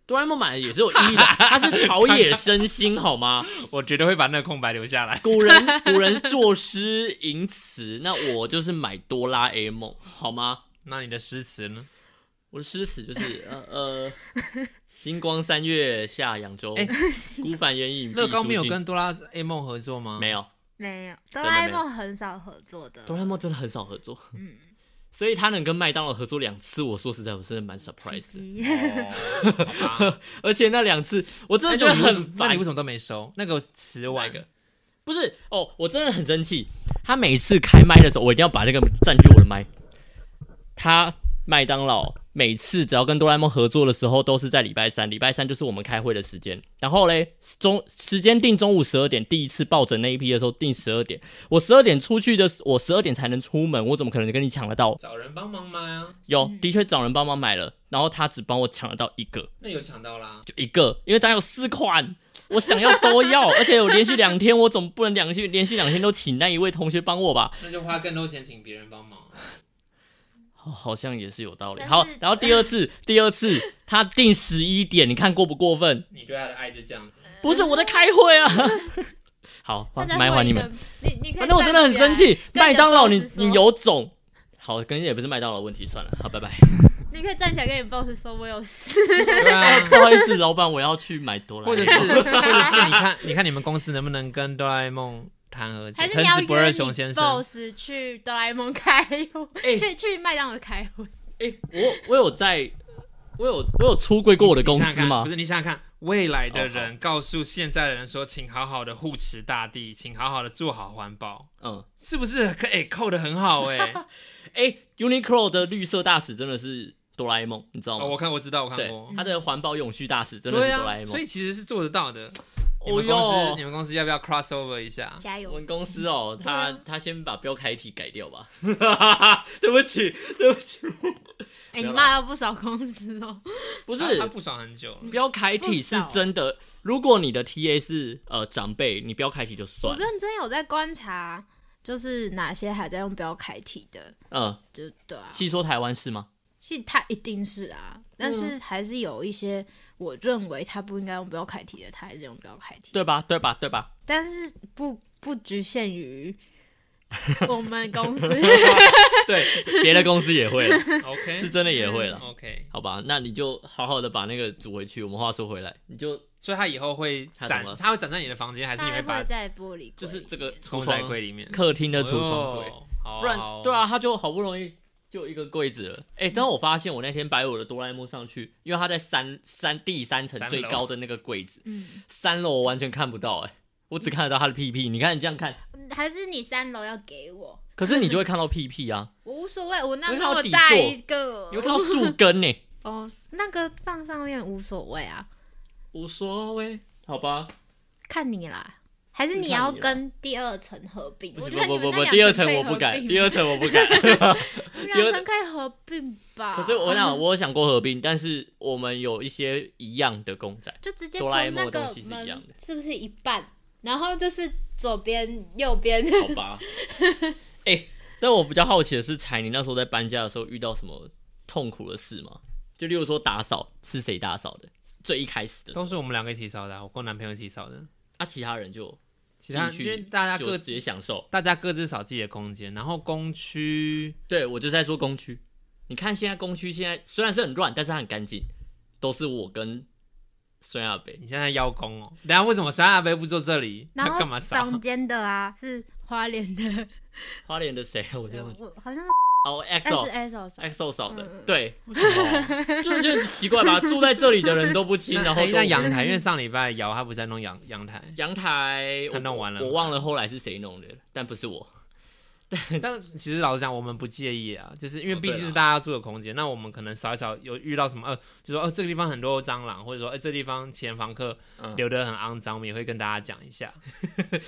[SPEAKER 3] 哆啦 A 梦买的也是有意 义的，它是陶冶身心，好吗？
[SPEAKER 2] 我绝对会把那个空白留下来。
[SPEAKER 3] 古人古人作诗吟词，那我就是买哆啦 A 梦，好吗？
[SPEAKER 2] 那你的诗词呢？
[SPEAKER 3] 我的诗词就是呃呃，星光三月下扬州，
[SPEAKER 2] 哎
[SPEAKER 3] 孤帆远影
[SPEAKER 2] 乐高
[SPEAKER 3] 毕
[SPEAKER 2] 没有
[SPEAKER 3] 书尽
[SPEAKER 2] 跟哆啦 A 梦合作吗？
[SPEAKER 3] 没有，
[SPEAKER 1] 没有。哆
[SPEAKER 3] 的
[SPEAKER 1] 啦
[SPEAKER 3] 没有
[SPEAKER 1] A 梦很少合作的，
[SPEAKER 3] 哆啦 A 梦真的很少合作，
[SPEAKER 1] 嗯
[SPEAKER 3] 所以他能跟麦当劳合作两次，我说实在我真的蛮 surprise 的，
[SPEAKER 1] 奇迹
[SPEAKER 2] 哦，好吧
[SPEAKER 3] 而且那两次我真
[SPEAKER 2] 那
[SPEAKER 3] 的
[SPEAKER 2] 你
[SPEAKER 3] 觉得
[SPEAKER 2] 为什么
[SPEAKER 3] 很
[SPEAKER 2] 那
[SPEAKER 3] 烦
[SPEAKER 2] 你为，什么都没收那个词
[SPEAKER 3] 哪一
[SPEAKER 2] 碗？
[SPEAKER 3] 个不是哦，我真的很生气。他每次开麦的时候，我一定要把那个占据我的麦。他麦当劳每次只要跟哆啦 A 梦合作的时候，都是在礼拜三，礼拜三就是我们开会的时间。然后嘞，中时间定中午十二点，第一次抱枕那一批的时候定十二点。我十二点出去的，我十二点才能出门，我怎么可能跟你抢得到？
[SPEAKER 2] 找人帮忙吗？
[SPEAKER 3] 有，的确找人帮忙买了，然后他只帮我抢得到一个。
[SPEAKER 2] 那有抢到啦。
[SPEAKER 3] 就一个，因为它有四款，我想要都要，而且我连续两天，我总不能两续连续两天都请那一位同学帮我吧？
[SPEAKER 2] 那就花更多钱请别人帮忙。啊
[SPEAKER 3] 好哦好像也是有道理。
[SPEAKER 1] 但是
[SPEAKER 3] 好，然后第二次，第二次他定十一点，你看过不过分？
[SPEAKER 2] 你对他的爱就这样子。
[SPEAKER 1] 呃
[SPEAKER 3] 不是我在开会 啊。好，
[SPEAKER 1] 大家
[SPEAKER 3] 哦麦还
[SPEAKER 1] 换
[SPEAKER 3] 你
[SPEAKER 1] 一个
[SPEAKER 3] 们。，
[SPEAKER 1] 你你可以
[SPEAKER 3] 反正我真的很生气，
[SPEAKER 1] 站起来
[SPEAKER 3] 麦当劳你
[SPEAKER 1] 跟你的 boss 说
[SPEAKER 3] 你有种。好，跟也不是麦当劳的问题，算了，好，拜拜。
[SPEAKER 1] 你可以站起来跟你 boss 说，我有事。
[SPEAKER 2] 对啊，
[SPEAKER 3] 不好意思，老板，我要去买哆啦
[SPEAKER 2] 或
[SPEAKER 3] A 梦。
[SPEAKER 2] 者 是或者是你看你看你们公司能不能跟哆啦 A 梦谈合作？
[SPEAKER 1] 还是
[SPEAKER 2] 藤
[SPEAKER 1] 你要
[SPEAKER 2] 子不二
[SPEAKER 1] 约
[SPEAKER 2] 雄先
[SPEAKER 1] 你
[SPEAKER 2] 生，
[SPEAKER 1] boss 去哆啦 A 梦开会，
[SPEAKER 3] 哎
[SPEAKER 1] 去去麦当劳开会。
[SPEAKER 3] 哎、我我有在，我有我有出柜过我的公
[SPEAKER 2] 你想
[SPEAKER 3] 司
[SPEAKER 2] 想看
[SPEAKER 3] 吗
[SPEAKER 2] 不？是，你想想看，未来的
[SPEAKER 3] 哦
[SPEAKER 2] 人告诉现在的人说，请好好的护持大地，请好好的做好环保，
[SPEAKER 3] 嗯。
[SPEAKER 2] 是不是？可哎，扣的很好哎。
[SPEAKER 3] 哎、u n i q l o 的绿色大使真的是哆啦 A 梦，你知道 吗？
[SPEAKER 2] 哦，我看我知道，我看
[SPEAKER 3] 对
[SPEAKER 2] 过，。嗯
[SPEAKER 3] 他的环保永续大使真的
[SPEAKER 2] 对
[SPEAKER 3] 是哆啦 A
[SPEAKER 2] 啊，
[SPEAKER 3] 梦。
[SPEAKER 2] 所以其实是做得到的。你
[SPEAKER 3] 哦
[SPEAKER 2] 们公司，你
[SPEAKER 3] 哟，
[SPEAKER 2] 们公司要不要 cross over 一下？
[SPEAKER 1] 加
[SPEAKER 3] 我
[SPEAKER 1] 油！
[SPEAKER 3] 们公司哦，
[SPEAKER 1] 对
[SPEAKER 3] 他
[SPEAKER 1] 啊
[SPEAKER 3] 他先把标楷体改掉吧。 对不起，
[SPEAKER 1] 哎、你
[SPEAKER 3] 啊
[SPEAKER 1] 骂到不少公司哦。
[SPEAKER 3] 不
[SPEAKER 2] 他他
[SPEAKER 3] 是
[SPEAKER 2] 不爽很 久了。
[SPEAKER 3] 标楷体是真的。如果你的 TA 是呃长辈，你标楷体就
[SPEAKER 1] 我
[SPEAKER 3] 算了。
[SPEAKER 1] 认真有在观察，就是哪些还在用标楷体的，
[SPEAKER 3] 嗯，
[SPEAKER 1] 就对啊，
[SPEAKER 3] 细说台湾是吗？
[SPEAKER 1] 是它一定是啊，但是还是有一些我认为它不应该用标楷体的，它还是用标楷体。
[SPEAKER 3] 对吧？对吧？对吧？
[SPEAKER 1] 但是不不局限于我们公 司，
[SPEAKER 3] 对，别的公司也会了，
[SPEAKER 2] OK，
[SPEAKER 3] 是真的也会了。
[SPEAKER 2] OK，
[SPEAKER 3] 好吧，那你就好好的把那个组回去。我们话说回来，你就
[SPEAKER 2] 所以他以后会
[SPEAKER 3] 他
[SPEAKER 2] 展
[SPEAKER 3] 怎么，
[SPEAKER 2] 他会展在你的房间，还是你
[SPEAKER 1] 它
[SPEAKER 2] 会把
[SPEAKER 1] 会在玻璃柜
[SPEAKER 3] 就是这个
[SPEAKER 1] 里面
[SPEAKER 3] 厨
[SPEAKER 2] 公仔
[SPEAKER 3] 房
[SPEAKER 2] 柜里面？
[SPEAKER 3] 客厅的储藏柜
[SPEAKER 2] 哎。呦，好
[SPEAKER 3] 哦不然
[SPEAKER 2] 好
[SPEAKER 3] 对啊，他就好不容易就一个柜子了。哎、但我发现我那天摆我的哆啦 A 梦上去，因为它在三三第三层
[SPEAKER 2] 三楼
[SPEAKER 3] 最高的那个柜子，
[SPEAKER 1] 嗯，
[SPEAKER 3] 三楼我完全看不到、哎，我只看得到他的屁屁。你看你这样看，
[SPEAKER 1] 还是你三楼要给我，
[SPEAKER 3] 可是你就会看到屁屁啊，
[SPEAKER 1] 我无所谓，我那
[SPEAKER 3] 你会看
[SPEAKER 1] 那
[SPEAKER 3] 到
[SPEAKER 1] 么
[SPEAKER 3] 底
[SPEAKER 1] 大
[SPEAKER 3] 座
[SPEAKER 1] 一个
[SPEAKER 3] 你会，看到树根呢、哎
[SPEAKER 1] 哦，那个放上面无所谓啊，
[SPEAKER 3] 无所谓，好吧。
[SPEAKER 1] 看你啦，还是你要跟第二层合并？
[SPEAKER 3] 不
[SPEAKER 1] 我
[SPEAKER 3] 行
[SPEAKER 1] 觉得
[SPEAKER 3] 不
[SPEAKER 1] 你
[SPEAKER 3] 不
[SPEAKER 1] 们
[SPEAKER 3] 不，
[SPEAKER 1] 那
[SPEAKER 3] 第二
[SPEAKER 1] 两
[SPEAKER 3] 层
[SPEAKER 1] 可以
[SPEAKER 3] 我
[SPEAKER 1] 合
[SPEAKER 3] 不敢，
[SPEAKER 1] 并
[SPEAKER 3] 第二层我不敢。
[SPEAKER 1] 你
[SPEAKER 3] 第
[SPEAKER 1] 们
[SPEAKER 3] 二
[SPEAKER 1] 两层可以合并吧？
[SPEAKER 3] 可是我想，我有想过合并，但是我们有一些一样的公仔。
[SPEAKER 1] 就直接
[SPEAKER 3] 哆
[SPEAKER 1] 从
[SPEAKER 3] 啦 A 梦
[SPEAKER 1] 那
[SPEAKER 3] 的
[SPEAKER 1] 个
[SPEAKER 3] 东西是一样
[SPEAKER 1] 门
[SPEAKER 3] 的
[SPEAKER 1] 是不是一半？然后就是左边、右边，
[SPEAKER 3] 好吧。 哎、但我比较好奇的是，彩你那时候在搬家的时候遇到什么痛苦的事吗？就例如说打扫是谁打扫的？最一开始的时候，
[SPEAKER 2] 都是我们两个一起扫的啊，我跟我男朋友一起扫的。
[SPEAKER 3] 啊，其他人就
[SPEAKER 2] 其他
[SPEAKER 3] 进去
[SPEAKER 2] 因为大家
[SPEAKER 3] 就
[SPEAKER 2] 各
[SPEAKER 3] 直接享受。
[SPEAKER 2] 大家各自扫自己的空间，然后工区
[SPEAKER 3] 对我就在说工区，你看现在工区现在虽然是很乱，但是它很干净，都是我跟孙亚北。
[SPEAKER 2] 你现在邀功哦。然后为什么三亚杯不坐这里？
[SPEAKER 1] 然
[SPEAKER 2] 他干嘛
[SPEAKER 1] 后
[SPEAKER 2] 扫？
[SPEAKER 1] 房间的啊是花莲的，
[SPEAKER 3] 花莲的谁？啊我就忘记
[SPEAKER 1] 我好像
[SPEAKER 3] 哦
[SPEAKER 2] 哎
[SPEAKER 1] 是 S
[SPEAKER 3] ，XO。
[SPEAKER 1] S O
[SPEAKER 3] XO 扫的，
[SPEAKER 1] 嗯嗯
[SPEAKER 3] 对，为什么就是就很奇怪吧？住在这里的人都不 清，然后
[SPEAKER 2] 那
[SPEAKER 3] 都
[SPEAKER 2] 在阳台，因为上礼拜瑶他不是在弄阳阳台，
[SPEAKER 3] 阳台
[SPEAKER 2] 他弄完了
[SPEAKER 3] 我，我忘了后来是谁弄的，但不是我。
[SPEAKER 2] 但其实老实讲，我们不介意啊，就是因为
[SPEAKER 3] 哦
[SPEAKER 2] 毕
[SPEAKER 3] 对
[SPEAKER 2] 竟是
[SPEAKER 3] 啦
[SPEAKER 2] 大家住的空间，那我们可能少少有遇到什么，呃，就说哦、这个地方很多蟑螂，或者说哎、这地方前房客
[SPEAKER 3] 嗯
[SPEAKER 2] 留得很肮脏，我们也会跟大家讲一 下。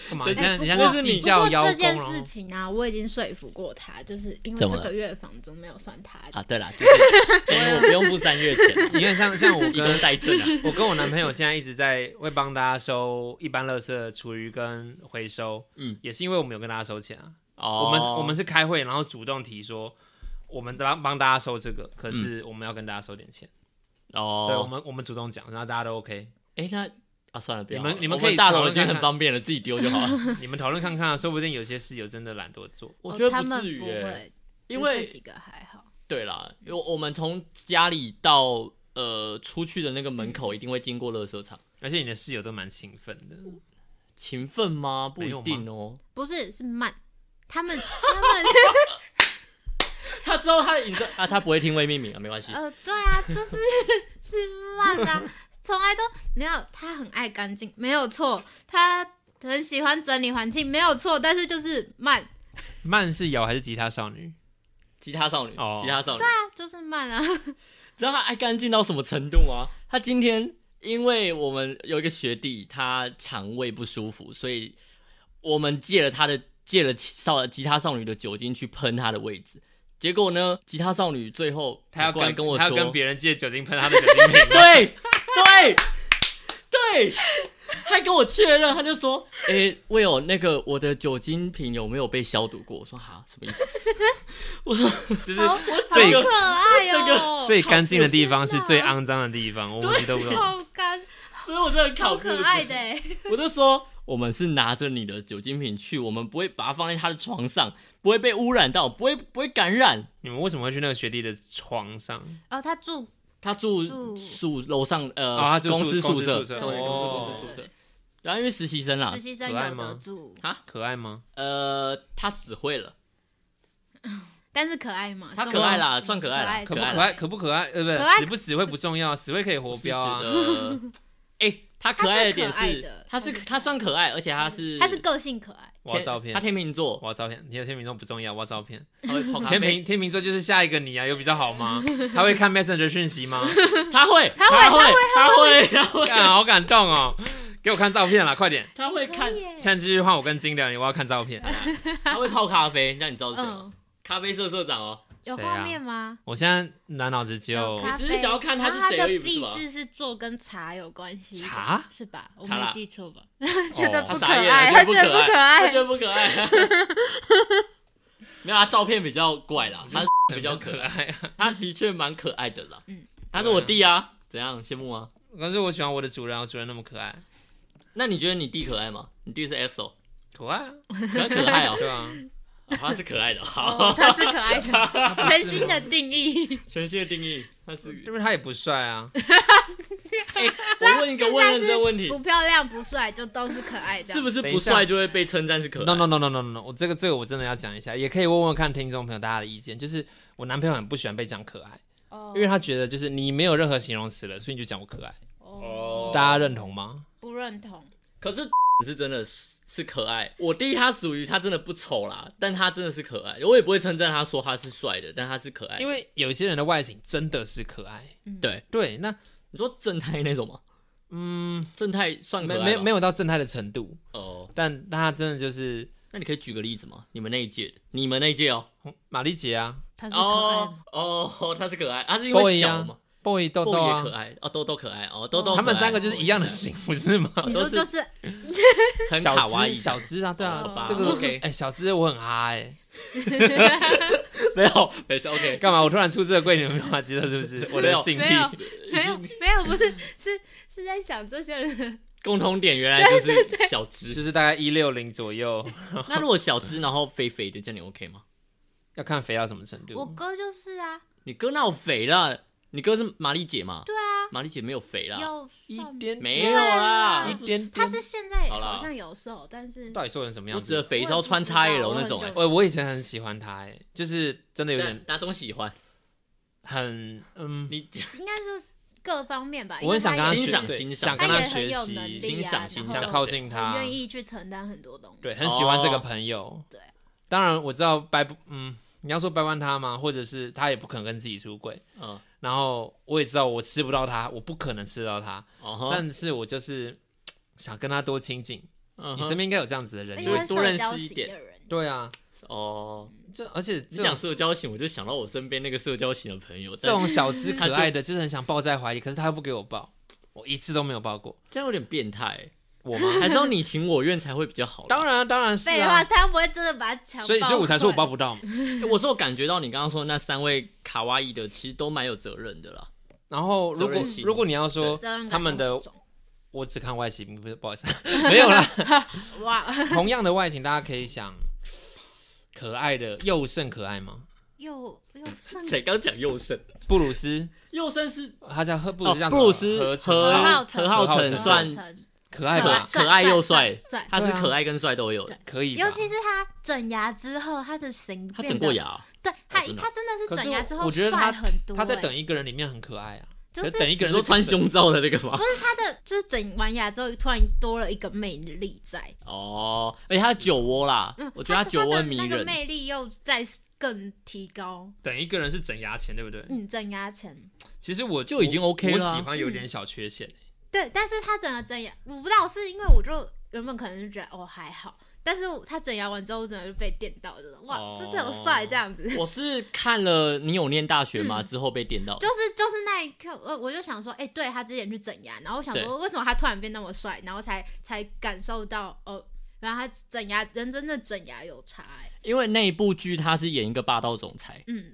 [SPEAKER 2] 干嘛？
[SPEAKER 3] 对
[SPEAKER 2] 你现在
[SPEAKER 1] 哎
[SPEAKER 2] 你
[SPEAKER 1] 不
[SPEAKER 2] 现
[SPEAKER 1] 过
[SPEAKER 2] 在是计较
[SPEAKER 1] 不过
[SPEAKER 2] 邀
[SPEAKER 1] 这
[SPEAKER 2] 功
[SPEAKER 1] 件
[SPEAKER 2] 了
[SPEAKER 1] 事
[SPEAKER 2] 哦？
[SPEAKER 1] 情啊，我已经说服过他，就是因为
[SPEAKER 3] 怎么
[SPEAKER 1] 这
[SPEAKER 3] 了
[SPEAKER 1] 个月房租没有算他的。
[SPEAKER 3] 啊，对啦，就是我不用付三月钱，
[SPEAKER 2] 你看 像像我
[SPEAKER 3] 一
[SPEAKER 2] 跟
[SPEAKER 3] 工代赈啊，
[SPEAKER 2] 我跟我男朋友现在一直在会帮大家收一般垃圾、厨余跟回收，
[SPEAKER 3] 嗯，
[SPEAKER 2] 也是因为我们有跟大家收钱啊。
[SPEAKER 3] 哦
[SPEAKER 2] 我们是我们是开会，然后主动提说，我们帮帮大家收这个，
[SPEAKER 3] 嗯
[SPEAKER 2] 可是我们要跟大家收点钱。对，我
[SPEAKER 3] 哦，
[SPEAKER 2] 们我们主动讲，然后大家都 OK。
[SPEAKER 3] 哎，那啊算了，不
[SPEAKER 2] 你
[SPEAKER 3] 要
[SPEAKER 2] 们
[SPEAKER 3] 好了
[SPEAKER 2] 你们
[SPEAKER 3] 我
[SPEAKER 2] 可以
[SPEAKER 3] 大
[SPEAKER 2] 讨
[SPEAKER 3] 头
[SPEAKER 2] 论
[SPEAKER 3] 已经
[SPEAKER 2] 看
[SPEAKER 3] 很
[SPEAKER 2] 看
[SPEAKER 3] 方便了，自己丢就好了。
[SPEAKER 2] 你们讨论看看啊，说不定有些室友真的懒惰做。
[SPEAKER 3] 我
[SPEAKER 1] 哦
[SPEAKER 3] 觉得
[SPEAKER 1] 他
[SPEAKER 3] 不
[SPEAKER 1] 们
[SPEAKER 3] 至于
[SPEAKER 1] 不
[SPEAKER 3] 欸，
[SPEAKER 1] 会，
[SPEAKER 3] 因
[SPEAKER 1] 就
[SPEAKER 3] 为
[SPEAKER 1] 这几个还好。
[SPEAKER 3] 对啦，因为我们从家里到呃出去的那个门口一定会经过垃圾场，
[SPEAKER 2] 而且你的室友都蛮勤奋的，
[SPEAKER 3] 勤奋吗？不
[SPEAKER 2] 没有
[SPEAKER 3] 一
[SPEAKER 2] 吗
[SPEAKER 3] 定哦。
[SPEAKER 1] 不是是慢，他们他们
[SPEAKER 3] 他知道他的隐身啊，他不会听未命名啊，没关系。
[SPEAKER 1] 呃对啊，就是 是慢啊，从来都没有他很爱干净，没有错，他很喜欢整理环境，没有错，但是就是慢，啊
[SPEAKER 2] 慢是瑶还是吉他少女？
[SPEAKER 3] 吉他少女，
[SPEAKER 2] 哦
[SPEAKER 3] 吉他少女，
[SPEAKER 1] 啊就是慢啊，
[SPEAKER 3] 知道他爱干净到什么程度吗？他今天因为我们有一个学弟，他肠胃不舒服，所以我们借了他的借了少吉他少女的酒精去喷他的位置。结果呢，吉他少女最后
[SPEAKER 2] 她要
[SPEAKER 3] 过来
[SPEAKER 2] 跟
[SPEAKER 3] 跟我
[SPEAKER 2] 她
[SPEAKER 3] 说，。
[SPEAKER 2] 要跟别人借酒精喷她的酒精瓶
[SPEAKER 3] 对对对，他跟我确认，他就说：“诶、我有那个我的酒精瓶有没有被消毒过？”我说：“哈，什么意思？”我说
[SPEAKER 2] 就是
[SPEAKER 1] 好好
[SPEAKER 2] 最
[SPEAKER 1] 可爱哦，
[SPEAKER 2] 最干净的地方是最肮脏的地方，我们都不懂。
[SPEAKER 1] 好 干，：“
[SPEAKER 3] 所以我真的很
[SPEAKER 1] 好
[SPEAKER 3] 考不
[SPEAKER 1] 可爱的欸，
[SPEAKER 3] 我就说：“我们是拿着你的酒精瓶去，我们不会把它放在他的床上，不会被污染到，不会不会感染。
[SPEAKER 2] 你们为什么会去那个学弟的床上？
[SPEAKER 1] 哦，他住
[SPEAKER 3] 他住
[SPEAKER 1] 住
[SPEAKER 3] 宿楼上，呃，
[SPEAKER 2] 哦他住
[SPEAKER 3] 公司
[SPEAKER 2] 宿
[SPEAKER 3] 宿
[SPEAKER 2] 公司宿舍
[SPEAKER 3] 对，公司
[SPEAKER 2] 哦
[SPEAKER 3] 公司宿舍。然后因为实习生啦
[SPEAKER 1] 实，习生
[SPEAKER 2] 可爱
[SPEAKER 1] 有
[SPEAKER 2] 吗
[SPEAKER 1] 得住，
[SPEAKER 2] 可爱吗？
[SPEAKER 3] 呃，他死会了。”
[SPEAKER 1] 但是可爱嘛，
[SPEAKER 3] 他
[SPEAKER 1] 中
[SPEAKER 3] 可爱
[SPEAKER 1] 文
[SPEAKER 3] 啦
[SPEAKER 1] 嗯
[SPEAKER 3] 算可爱啦
[SPEAKER 1] 爱，
[SPEAKER 2] 可
[SPEAKER 3] 可
[SPEAKER 2] 不
[SPEAKER 3] 爱
[SPEAKER 2] 可爱？可不可爱？呃，不
[SPEAKER 1] 可爱
[SPEAKER 2] 是，死不死会不重要，死会可以活标啊。
[SPEAKER 3] 是觉得， 哎、他可爱的点
[SPEAKER 1] 他是可爱
[SPEAKER 3] 是
[SPEAKER 1] 的，
[SPEAKER 3] 他是
[SPEAKER 1] 他是
[SPEAKER 3] 他算可爱，而且他是
[SPEAKER 1] 他是个性可爱，
[SPEAKER 2] 我要
[SPEAKER 3] 天
[SPEAKER 2] 照片
[SPEAKER 3] 他，天秤座，
[SPEAKER 2] 我要照片。你有天秤座不重要，我要照片。
[SPEAKER 3] 他会泡咖
[SPEAKER 2] 天
[SPEAKER 3] 啡，
[SPEAKER 2] 秤天秤座就是下一个你啊，有比较好吗？他会看 Messenger 讯息吗？
[SPEAKER 3] 他会
[SPEAKER 1] 他会
[SPEAKER 3] 他会他会他 会
[SPEAKER 2] 看，好感动哦！给我看照片啦，快点！
[SPEAKER 3] 他会
[SPEAKER 1] 可
[SPEAKER 3] 看
[SPEAKER 1] 以，耶
[SPEAKER 2] 现在继续换我跟金良，我要看照片。
[SPEAKER 3] 他会泡咖啡，那你知道是谁吗？
[SPEAKER 1] 嗯，
[SPEAKER 3] 咖啡社社长哦，
[SPEAKER 1] 有
[SPEAKER 2] 谁
[SPEAKER 1] 画
[SPEAKER 2] 啊
[SPEAKER 1] 面吗？
[SPEAKER 2] 我现在满脑子只有
[SPEAKER 1] 咖啡
[SPEAKER 3] 我只是想要看他
[SPEAKER 1] 然
[SPEAKER 3] 是
[SPEAKER 1] 后
[SPEAKER 3] 谁
[SPEAKER 1] 它
[SPEAKER 3] 而已
[SPEAKER 1] 的
[SPEAKER 3] 不是
[SPEAKER 1] 壁
[SPEAKER 3] 吗
[SPEAKER 1] 纸是做跟茶有关系的，
[SPEAKER 2] 茶
[SPEAKER 1] 是吧？我
[SPEAKER 3] 茶啦
[SPEAKER 1] 没记错吧？ 觉得
[SPEAKER 2] 哦
[SPEAKER 1] 不
[SPEAKER 3] 他
[SPEAKER 1] 可
[SPEAKER 3] 傻眼
[SPEAKER 1] 爱，
[SPEAKER 3] 了，
[SPEAKER 1] 觉得
[SPEAKER 3] 觉得
[SPEAKER 1] 不
[SPEAKER 3] 不
[SPEAKER 1] 可
[SPEAKER 3] 他
[SPEAKER 1] 爱
[SPEAKER 3] 觉。得不可爱。 没有，他照片比较怪啦，他比较可爱，
[SPEAKER 2] 爱啊。
[SPEAKER 3] 他的确蛮可爱的啦。
[SPEAKER 1] 嗯
[SPEAKER 3] 他是我弟啊，怎样羡慕吗？
[SPEAKER 2] 可是我喜欢我的主人，我主人那么可爱，
[SPEAKER 3] 那你觉得你弟可爱吗？你弟是 EXO，
[SPEAKER 2] 可爱啊，
[SPEAKER 3] 可爱 可爱哦，
[SPEAKER 2] 对啊。
[SPEAKER 3] 哦他是可爱的，好
[SPEAKER 1] 哦，，他是可爱的，全新的定 义。
[SPEAKER 3] 全新的定义，他是
[SPEAKER 2] 因为他也不帅啊，
[SPEAKER 3] 哎、我问一个问认真问题，
[SPEAKER 1] 不漂亮、不帅，就都是可爱的。
[SPEAKER 3] 是不
[SPEAKER 1] 是？
[SPEAKER 3] 是
[SPEAKER 2] 等
[SPEAKER 3] 不
[SPEAKER 2] 一下
[SPEAKER 3] 帅就会被称赞是可爱
[SPEAKER 2] No no no no no no，no，我这个这个我真的要讲一下，也可以问问看听众朋友大家的意见。就是我男朋友很不喜欢被讲可爱，
[SPEAKER 1] 哦
[SPEAKER 2] 因为他觉得就是你没有任何形容词了，所以你就讲我可爱，
[SPEAKER 1] 哦，
[SPEAKER 2] 大家认同吗？
[SPEAKER 1] 不认同。
[SPEAKER 3] 可是 是真的是是可爱。我弟他属于他真的不丑啦，但他真的是可爱。我也不会称赞他说他是帅的，但他是可爱的。
[SPEAKER 2] 因为有些人的外形真的是可爱，
[SPEAKER 3] 对
[SPEAKER 2] 对，那
[SPEAKER 3] 你说正太那种吗？
[SPEAKER 2] 嗯，
[SPEAKER 3] 正太算可
[SPEAKER 2] 没
[SPEAKER 3] 爱吗
[SPEAKER 2] 没没有到正太的程度，
[SPEAKER 3] 哦。
[SPEAKER 2] 但但他真的就是
[SPEAKER 3] 那你可以举个例子吗？你们那一届的，你们那一届哦，
[SPEAKER 2] 玛丽姐啊
[SPEAKER 1] 他是可爱
[SPEAKER 3] 哦
[SPEAKER 1] 吗，
[SPEAKER 3] 哦，他是可爱，他是因
[SPEAKER 2] Boy
[SPEAKER 3] 为
[SPEAKER 2] 啊
[SPEAKER 3] 小嘛，
[SPEAKER 2] ，boy 豆
[SPEAKER 3] 豆
[SPEAKER 2] 豆
[SPEAKER 3] 也可
[SPEAKER 2] 啊，
[SPEAKER 3] 爱，哦，豆豆可爱，哦，豆豆可爱，哦
[SPEAKER 2] 他们三个就是一样的型， 不是吗？
[SPEAKER 1] 你
[SPEAKER 3] 都
[SPEAKER 1] 说
[SPEAKER 3] 是
[SPEAKER 1] 就是
[SPEAKER 3] 很
[SPEAKER 2] 小
[SPEAKER 3] 卡哇伊
[SPEAKER 2] 只，
[SPEAKER 3] 的，
[SPEAKER 2] 小只啊，对
[SPEAKER 3] 好吧
[SPEAKER 2] 啊，这 个
[SPEAKER 3] OK
[SPEAKER 2] 哎，小只我很嗨哎。
[SPEAKER 3] 没有，没事，OK，
[SPEAKER 2] 干嘛？我突然出这个柜，你们没办法接受是不 是？我的性
[SPEAKER 1] 没有
[SPEAKER 2] 癖，
[SPEAKER 1] 没有 没有，不是是是在想这些人的
[SPEAKER 3] 共同点原来就是小只，
[SPEAKER 2] 就是大概一六零左右，
[SPEAKER 3] 那如果小只然后肥肥的，这样你 OK 吗？
[SPEAKER 2] 要看肥到什么程
[SPEAKER 1] 我
[SPEAKER 2] 度。
[SPEAKER 1] 哥就是啊，
[SPEAKER 3] 你哥那有肥啦，你哥是玛丽姐嘛？
[SPEAKER 1] 对啊，
[SPEAKER 3] 玛丽姐没有肥啦，
[SPEAKER 1] 有啊
[SPEAKER 2] 一
[SPEAKER 1] 算
[SPEAKER 2] 点
[SPEAKER 3] 没有啊啦
[SPEAKER 2] 一，点点，
[SPEAKER 1] 他是现在
[SPEAKER 3] 好啦
[SPEAKER 1] 好像有瘦，但是
[SPEAKER 2] 到底瘦成什么
[SPEAKER 3] 我
[SPEAKER 2] 样
[SPEAKER 3] 指的
[SPEAKER 2] 子？
[SPEAKER 3] 肥是要穿 XL 那种
[SPEAKER 1] 我
[SPEAKER 3] 哎、
[SPEAKER 1] 也不
[SPEAKER 2] 我我以前很喜欢他，哎，就是真的有
[SPEAKER 3] 哪
[SPEAKER 2] 点
[SPEAKER 3] 哪种喜欢？
[SPEAKER 2] 很嗯，
[SPEAKER 3] 你
[SPEAKER 1] 应该是各方面吧。
[SPEAKER 2] 我很想跟
[SPEAKER 1] 因
[SPEAKER 2] 他
[SPEAKER 1] 为
[SPEAKER 3] 欣
[SPEAKER 1] 也
[SPEAKER 3] 赏
[SPEAKER 1] 是
[SPEAKER 2] 对
[SPEAKER 3] 欣赏
[SPEAKER 2] 想
[SPEAKER 1] 他
[SPEAKER 2] 跟他
[SPEAKER 1] 也很
[SPEAKER 2] 学
[SPEAKER 1] 有能
[SPEAKER 2] 习，
[SPEAKER 1] 力
[SPEAKER 3] 欣
[SPEAKER 1] 啊，
[SPEAKER 3] 赏
[SPEAKER 1] 然
[SPEAKER 3] 欣
[SPEAKER 1] 后
[SPEAKER 3] 赏
[SPEAKER 2] 想靠近
[SPEAKER 1] 很
[SPEAKER 2] 他
[SPEAKER 1] 愿，意去承担很多东西。
[SPEAKER 2] 对，很喜欢这个朋友。
[SPEAKER 1] 对，
[SPEAKER 2] 当然我知道掰不，嗯，你要说掰弯他吗？或者是他也不可能跟自己出轨，
[SPEAKER 3] 嗯，
[SPEAKER 2] 然后我也知道我吃不到他，我不可能吃到他，
[SPEAKER 3] 哦吼，
[SPEAKER 2] 但是我就是想跟他多亲近。
[SPEAKER 3] 嗯
[SPEAKER 2] 你
[SPEAKER 3] 哼
[SPEAKER 2] 身边应该有这样子的
[SPEAKER 1] 而
[SPEAKER 2] 人，
[SPEAKER 1] 且
[SPEAKER 2] 就
[SPEAKER 1] 他
[SPEAKER 2] 是
[SPEAKER 1] 是
[SPEAKER 3] 多认
[SPEAKER 1] 社
[SPEAKER 3] 识
[SPEAKER 1] 交
[SPEAKER 3] 一
[SPEAKER 1] 型
[SPEAKER 3] 点
[SPEAKER 1] 的人，
[SPEAKER 2] 对啊，
[SPEAKER 3] 哦，
[SPEAKER 2] 就而且
[SPEAKER 3] 你
[SPEAKER 2] 这
[SPEAKER 3] 讲
[SPEAKER 2] 种
[SPEAKER 3] 社交型，我就想到我身边那个社交型的朋友，
[SPEAKER 2] 这
[SPEAKER 3] 但
[SPEAKER 2] 种小只
[SPEAKER 3] 他
[SPEAKER 2] 可
[SPEAKER 3] 就
[SPEAKER 2] 爱的，就是很想抱在怀里，可是他又不给我抱，我一次都没有抱过。
[SPEAKER 3] 这样有点变态，
[SPEAKER 2] 我吗？
[SPEAKER 3] 还是要你情我愿才会比较好 啦。
[SPEAKER 2] 当然啊，当然是
[SPEAKER 1] 废话，
[SPEAKER 2] 啊。
[SPEAKER 1] 他又不会真的把他强暴
[SPEAKER 2] 所以，所以我才说我抱
[SPEAKER 1] 过
[SPEAKER 2] 不到嘛。
[SPEAKER 3] 我是有感觉到你刚刚说的那三位卡哇伊的，其实都蛮有责任的啦。
[SPEAKER 2] 然后，如
[SPEAKER 3] 责
[SPEAKER 2] 果
[SPEAKER 3] 任心
[SPEAKER 2] 如果你要
[SPEAKER 1] 来
[SPEAKER 2] 说
[SPEAKER 1] 责任感
[SPEAKER 2] 他们的
[SPEAKER 1] 很重
[SPEAKER 2] 我只看外形，不是不好意思， 没有啦。
[SPEAKER 1] 哇，
[SPEAKER 2] 同样的外形，大家可以想可爱的佑胜可爱吗？
[SPEAKER 1] 又又上
[SPEAKER 3] 才刚讲佑胜，
[SPEAKER 2] 布鲁斯，
[SPEAKER 3] 佑胜是
[SPEAKER 2] 他叫赫布鲁
[SPEAKER 3] 哦
[SPEAKER 2] 斯叫，什么，
[SPEAKER 3] 布鲁斯
[SPEAKER 2] 何成
[SPEAKER 3] 何
[SPEAKER 1] 浩
[SPEAKER 3] 浩
[SPEAKER 1] 晨
[SPEAKER 3] 何
[SPEAKER 2] 浩
[SPEAKER 3] 晨
[SPEAKER 2] 晨
[SPEAKER 3] 算
[SPEAKER 2] 可爱
[SPEAKER 1] 可
[SPEAKER 2] 吧
[SPEAKER 1] 爱？
[SPEAKER 3] 可爱又
[SPEAKER 1] 帅
[SPEAKER 3] 帅，
[SPEAKER 1] 帅
[SPEAKER 3] 他是
[SPEAKER 2] 对啊
[SPEAKER 3] 可爱跟帅都有的
[SPEAKER 1] 对，
[SPEAKER 2] 可以吧，
[SPEAKER 1] 尤其是他整牙之后，他的型
[SPEAKER 3] 他
[SPEAKER 1] 变
[SPEAKER 3] 整
[SPEAKER 1] 得
[SPEAKER 3] 过，牙，
[SPEAKER 1] 对他
[SPEAKER 3] 真的
[SPEAKER 1] 他真的
[SPEAKER 2] 可
[SPEAKER 1] 是
[SPEAKER 2] 是
[SPEAKER 1] 整牙之后
[SPEAKER 2] 我觉得
[SPEAKER 1] 帅
[SPEAKER 2] 他
[SPEAKER 1] 很多欸。
[SPEAKER 2] 他在等一个人里面很可爱啊，
[SPEAKER 1] 就
[SPEAKER 2] 可
[SPEAKER 1] 是
[SPEAKER 2] 是等一个人
[SPEAKER 3] 你说穿胸罩的那个吗
[SPEAKER 1] 不？是他的，就是整完牙之后突然多了一个魅力在。
[SPEAKER 3] 哦，而且他酒窝啦
[SPEAKER 1] 嗯，，
[SPEAKER 3] 我觉得
[SPEAKER 1] 他
[SPEAKER 3] 酒
[SPEAKER 1] 他
[SPEAKER 3] 窝
[SPEAKER 1] 的
[SPEAKER 3] 很迷
[SPEAKER 1] 那个
[SPEAKER 3] 人。
[SPEAKER 1] 魅力又再更提高。
[SPEAKER 2] 等一个人是整牙前，对不对？
[SPEAKER 1] 嗯，整牙前
[SPEAKER 2] 其实我
[SPEAKER 3] 就已经 OK
[SPEAKER 2] 我
[SPEAKER 3] 了啊
[SPEAKER 2] 喜欢有点小缺陷。欸
[SPEAKER 1] 对，但是他整个整牙，我不知道是因为我就原本可能就觉得哦还好，但是他整牙完之后，我真的就被电到，就是哇，
[SPEAKER 3] 哦
[SPEAKER 1] 真的有帅这样子。
[SPEAKER 3] 我是看了你有念大学吗？
[SPEAKER 1] 嗯
[SPEAKER 3] 之后被电到
[SPEAKER 1] 就，是就是那一刻，我我就想说，哎、对他之前去整牙，然后我想
[SPEAKER 3] 对
[SPEAKER 1] 说，为什么他突然变那么帅，然后才才感受到哦，原来他整牙人真的整牙有差、欸，
[SPEAKER 3] 因为那一部剧他是演一个霸道总裁，
[SPEAKER 1] 嗯，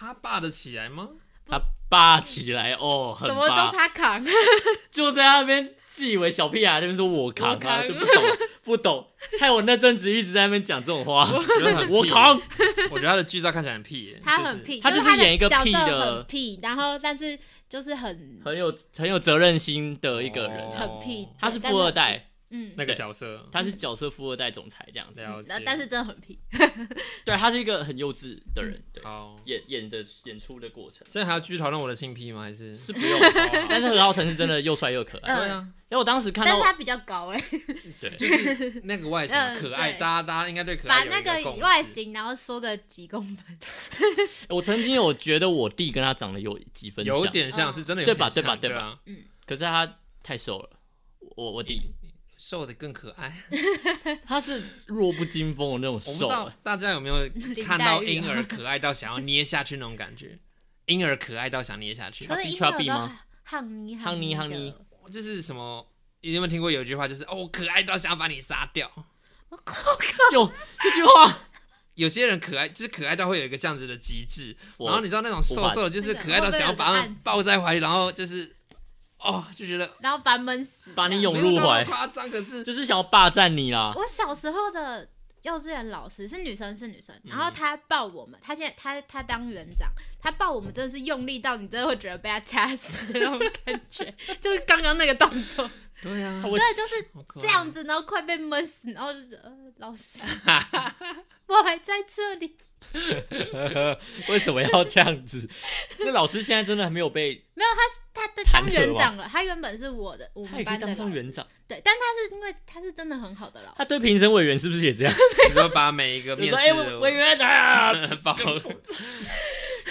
[SPEAKER 2] 他霸得起来 吗？
[SPEAKER 3] 他霸起来哦，很
[SPEAKER 1] 什么
[SPEAKER 3] 霸
[SPEAKER 1] 都他 扛，
[SPEAKER 3] 就在那边自以为小屁孩那边说我扛
[SPEAKER 1] 我
[SPEAKER 3] 啊，
[SPEAKER 1] 扛
[SPEAKER 3] 就不懂 不懂，害我那阵子一直在那边讲这种话，
[SPEAKER 2] 我觉得很屁欸
[SPEAKER 3] 我扛，
[SPEAKER 2] 我觉得他的剧照看起来很屁耶，
[SPEAKER 1] 他
[SPEAKER 2] 就是
[SPEAKER 1] 很屁，
[SPEAKER 3] 他
[SPEAKER 1] 就
[SPEAKER 3] 就是
[SPEAKER 1] 他
[SPEAKER 3] 演一个
[SPEAKER 1] 角
[SPEAKER 3] 屁
[SPEAKER 1] 色
[SPEAKER 3] 的
[SPEAKER 1] 很屁，然后但是就是很
[SPEAKER 3] 很有很有责任心的一个人啊，
[SPEAKER 1] 很屁，
[SPEAKER 3] 他是
[SPEAKER 1] 对但
[SPEAKER 3] 富二代，
[SPEAKER 1] 嗯，
[SPEAKER 2] 那
[SPEAKER 3] 对
[SPEAKER 2] 个角色，
[SPEAKER 3] 他是角色富二代总裁这样子，
[SPEAKER 2] 了
[SPEAKER 1] 嗯
[SPEAKER 2] 解
[SPEAKER 1] 那但是真的很屁，
[SPEAKER 3] 对他是一个很幼稚的人，对，
[SPEAKER 2] 好。
[SPEAKER 3] 演演的演出的过程
[SPEAKER 2] 现在还要继续讨论我的性癖吗？还是
[SPEAKER 3] 是不 用的，但是何浩晨是真的又帅又可爱，
[SPEAKER 1] 嗯
[SPEAKER 2] 对啊，
[SPEAKER 3] 因为我当时看
[SPEAKER 1] 但
[SPEAKER 3] 到
[SPEAKER 1] 是他比较高哎、
[SPEAKER 3] 对。
[SPEAKER 2] 就是 那个外形
[SPEAKER 1] 嗯
[SPEAKER 2] 可爱，
[SPEAKER 1] 对
[SPEAKER 2] 大家大家应该对可爱
[SPEAKER 1] 把
[SPEAKER 2] 有一
[SPEAKER 1] 那
[SPEAKER 2] 共识
[SPEAKER 1] 外形然后缩个几公分，
[SPEAKER 3] 我曾经有觉得我弟跟他长得有几分像，
[SPEAKER 2] 有点像，
[SPEAKER 1] 嗯
[SPEAKER 2] 是真的有
[SPEAKER 3] 对吧
[SPEAKER 2] 点像
[SPEAKER 3] 对吧
[SPEAKER 2] 对
[SPEAKER 3] 对吧
[SPEAKER 2] 啊？
[SPEAKER 3] 可是他太瘦了，我我弟
[SPEAKER 2] 瘦的更可爱。
[SPEAKER 3] 他是弱不禁风的那种
[SPEAKER 2] 我不
[SPEAKER 3] 瘦
[SPEAKER 2] 知， 道大家有没有
[SPEAKER 1] 林
[SPEAKER 2] 看
[SPEAKER 1] 黛
[SPEAKER 2] 到
[SPEAKER 1] 玉啊
[SPEAKER 2] 婴儿可爱到想要捏下去那种感觉？ 婴儿可爱到想捏下去，
[SPEAKER 1] 可是
[SPEAKER 3] 比
[SPEAKER 1] 婴儿
[SPEAKER 3] Chubby
[SPEAKER 1] 都
[SPEAKER 3] 吗
[SPEAKER 1] 汉尼
[SPEAKER 3] 汉尼汉
[SPEAKER 1] 的
[SPEAKER 3] 尼
[SPEAKER 2] 就是什么？你有没有听过有一句话，就是哦，我可爱到想要把你杀掉？
[SPEAKER 1] 我靠，
[SPEAKER 3] 就这句话，
[SPEAKER 2] 有些人可爱，就是可爱到会有一个这样子的极致。
[SPEAKER 3] 我
[SPEAKER 2] 然后你知道那种
[SPEAKER 3] 无
[SPEAKER 2] 瘦
[SPEAKER 3] 法
[SPEAKER 2] 瘦的，就是
[SPEAKER 1] 那个
[SPEAKER 2] 可爱到想要把
[SPEAKER 1] 会不会有个
[SPEAKER 2] 他
[SPEAKER 1] 暗
[SPEAKER 2] 们
[SPEAKER 1] 指
[SPEAKER 2] 抱在怀里，然后就是哦，就觉得
[SPEAKER 1] 然后把他闷死，
[SPEAKER 3] 把你
[SPEAKER 1] 这样
[SPEAKER 3] 涌入
[SPEAKER 2] 没有到
[SPEAKER 3] 怀
[SPEAKER 2] 那么夸张，可是
[SPEAKER 3] 就是想要霸占你啦。
[SPEAKER 1] 我小时候的幼稚园老师是女生，是女生，
[SPEAKER 3] 嗯
[SPEAKER 1] 然后她抱我们，她现在她她当园长，她抱我们真的是用力到你真的会觉得被她掐死的那种感觉，就是刚刚那个动 作，
[SPEAKER 2] 对啊，
[SPEAKER 3] 我
[SPEAKER 1] 真的就是
[SPEAKER 2] 好可爱
[SPEAKER 1] 这样子，然后快被闷死，然后就是呃老 师，我还在这里，
[SPEAKER 3] 为什么要这样 子？那老师现在真的还没有被，
[SPEAKER 1] 没有她她的
[SPEAKER 3] 弹
[SPEAKER 1] 当
[SPEAKER 3] 劾
[SPEAKER 1] 园长了，她原本是我的我
[SPEAKER 3] 他
[SPEAKER 1] 们
[SPEAKER 3] 也可以
[SPEAKER 1] 班的
[SPEAKER 3] 当
[SPEAKER 1] 老
[SPEAKER 3] 上
[SPEAKER 1] 师，
[SPEAKER 3] 园长。
[SPEAKER 1] 对，但她是因为她是真的很好的老师，
[SPEAKER 3] 他对评审委员是不是也这 样？
[SPEAKER 2] 你说把每一个
[SPEAKER 3] 就
[SPEAKER 2] 面
[SPEAKER 3] 说：“
[SPEAKER 2] 试
[SPEAKER 3] 哎，委
[SPEAKER 2] 的
[SPEAKER 3] 委员啊，
[SPEAKER 2] 抱，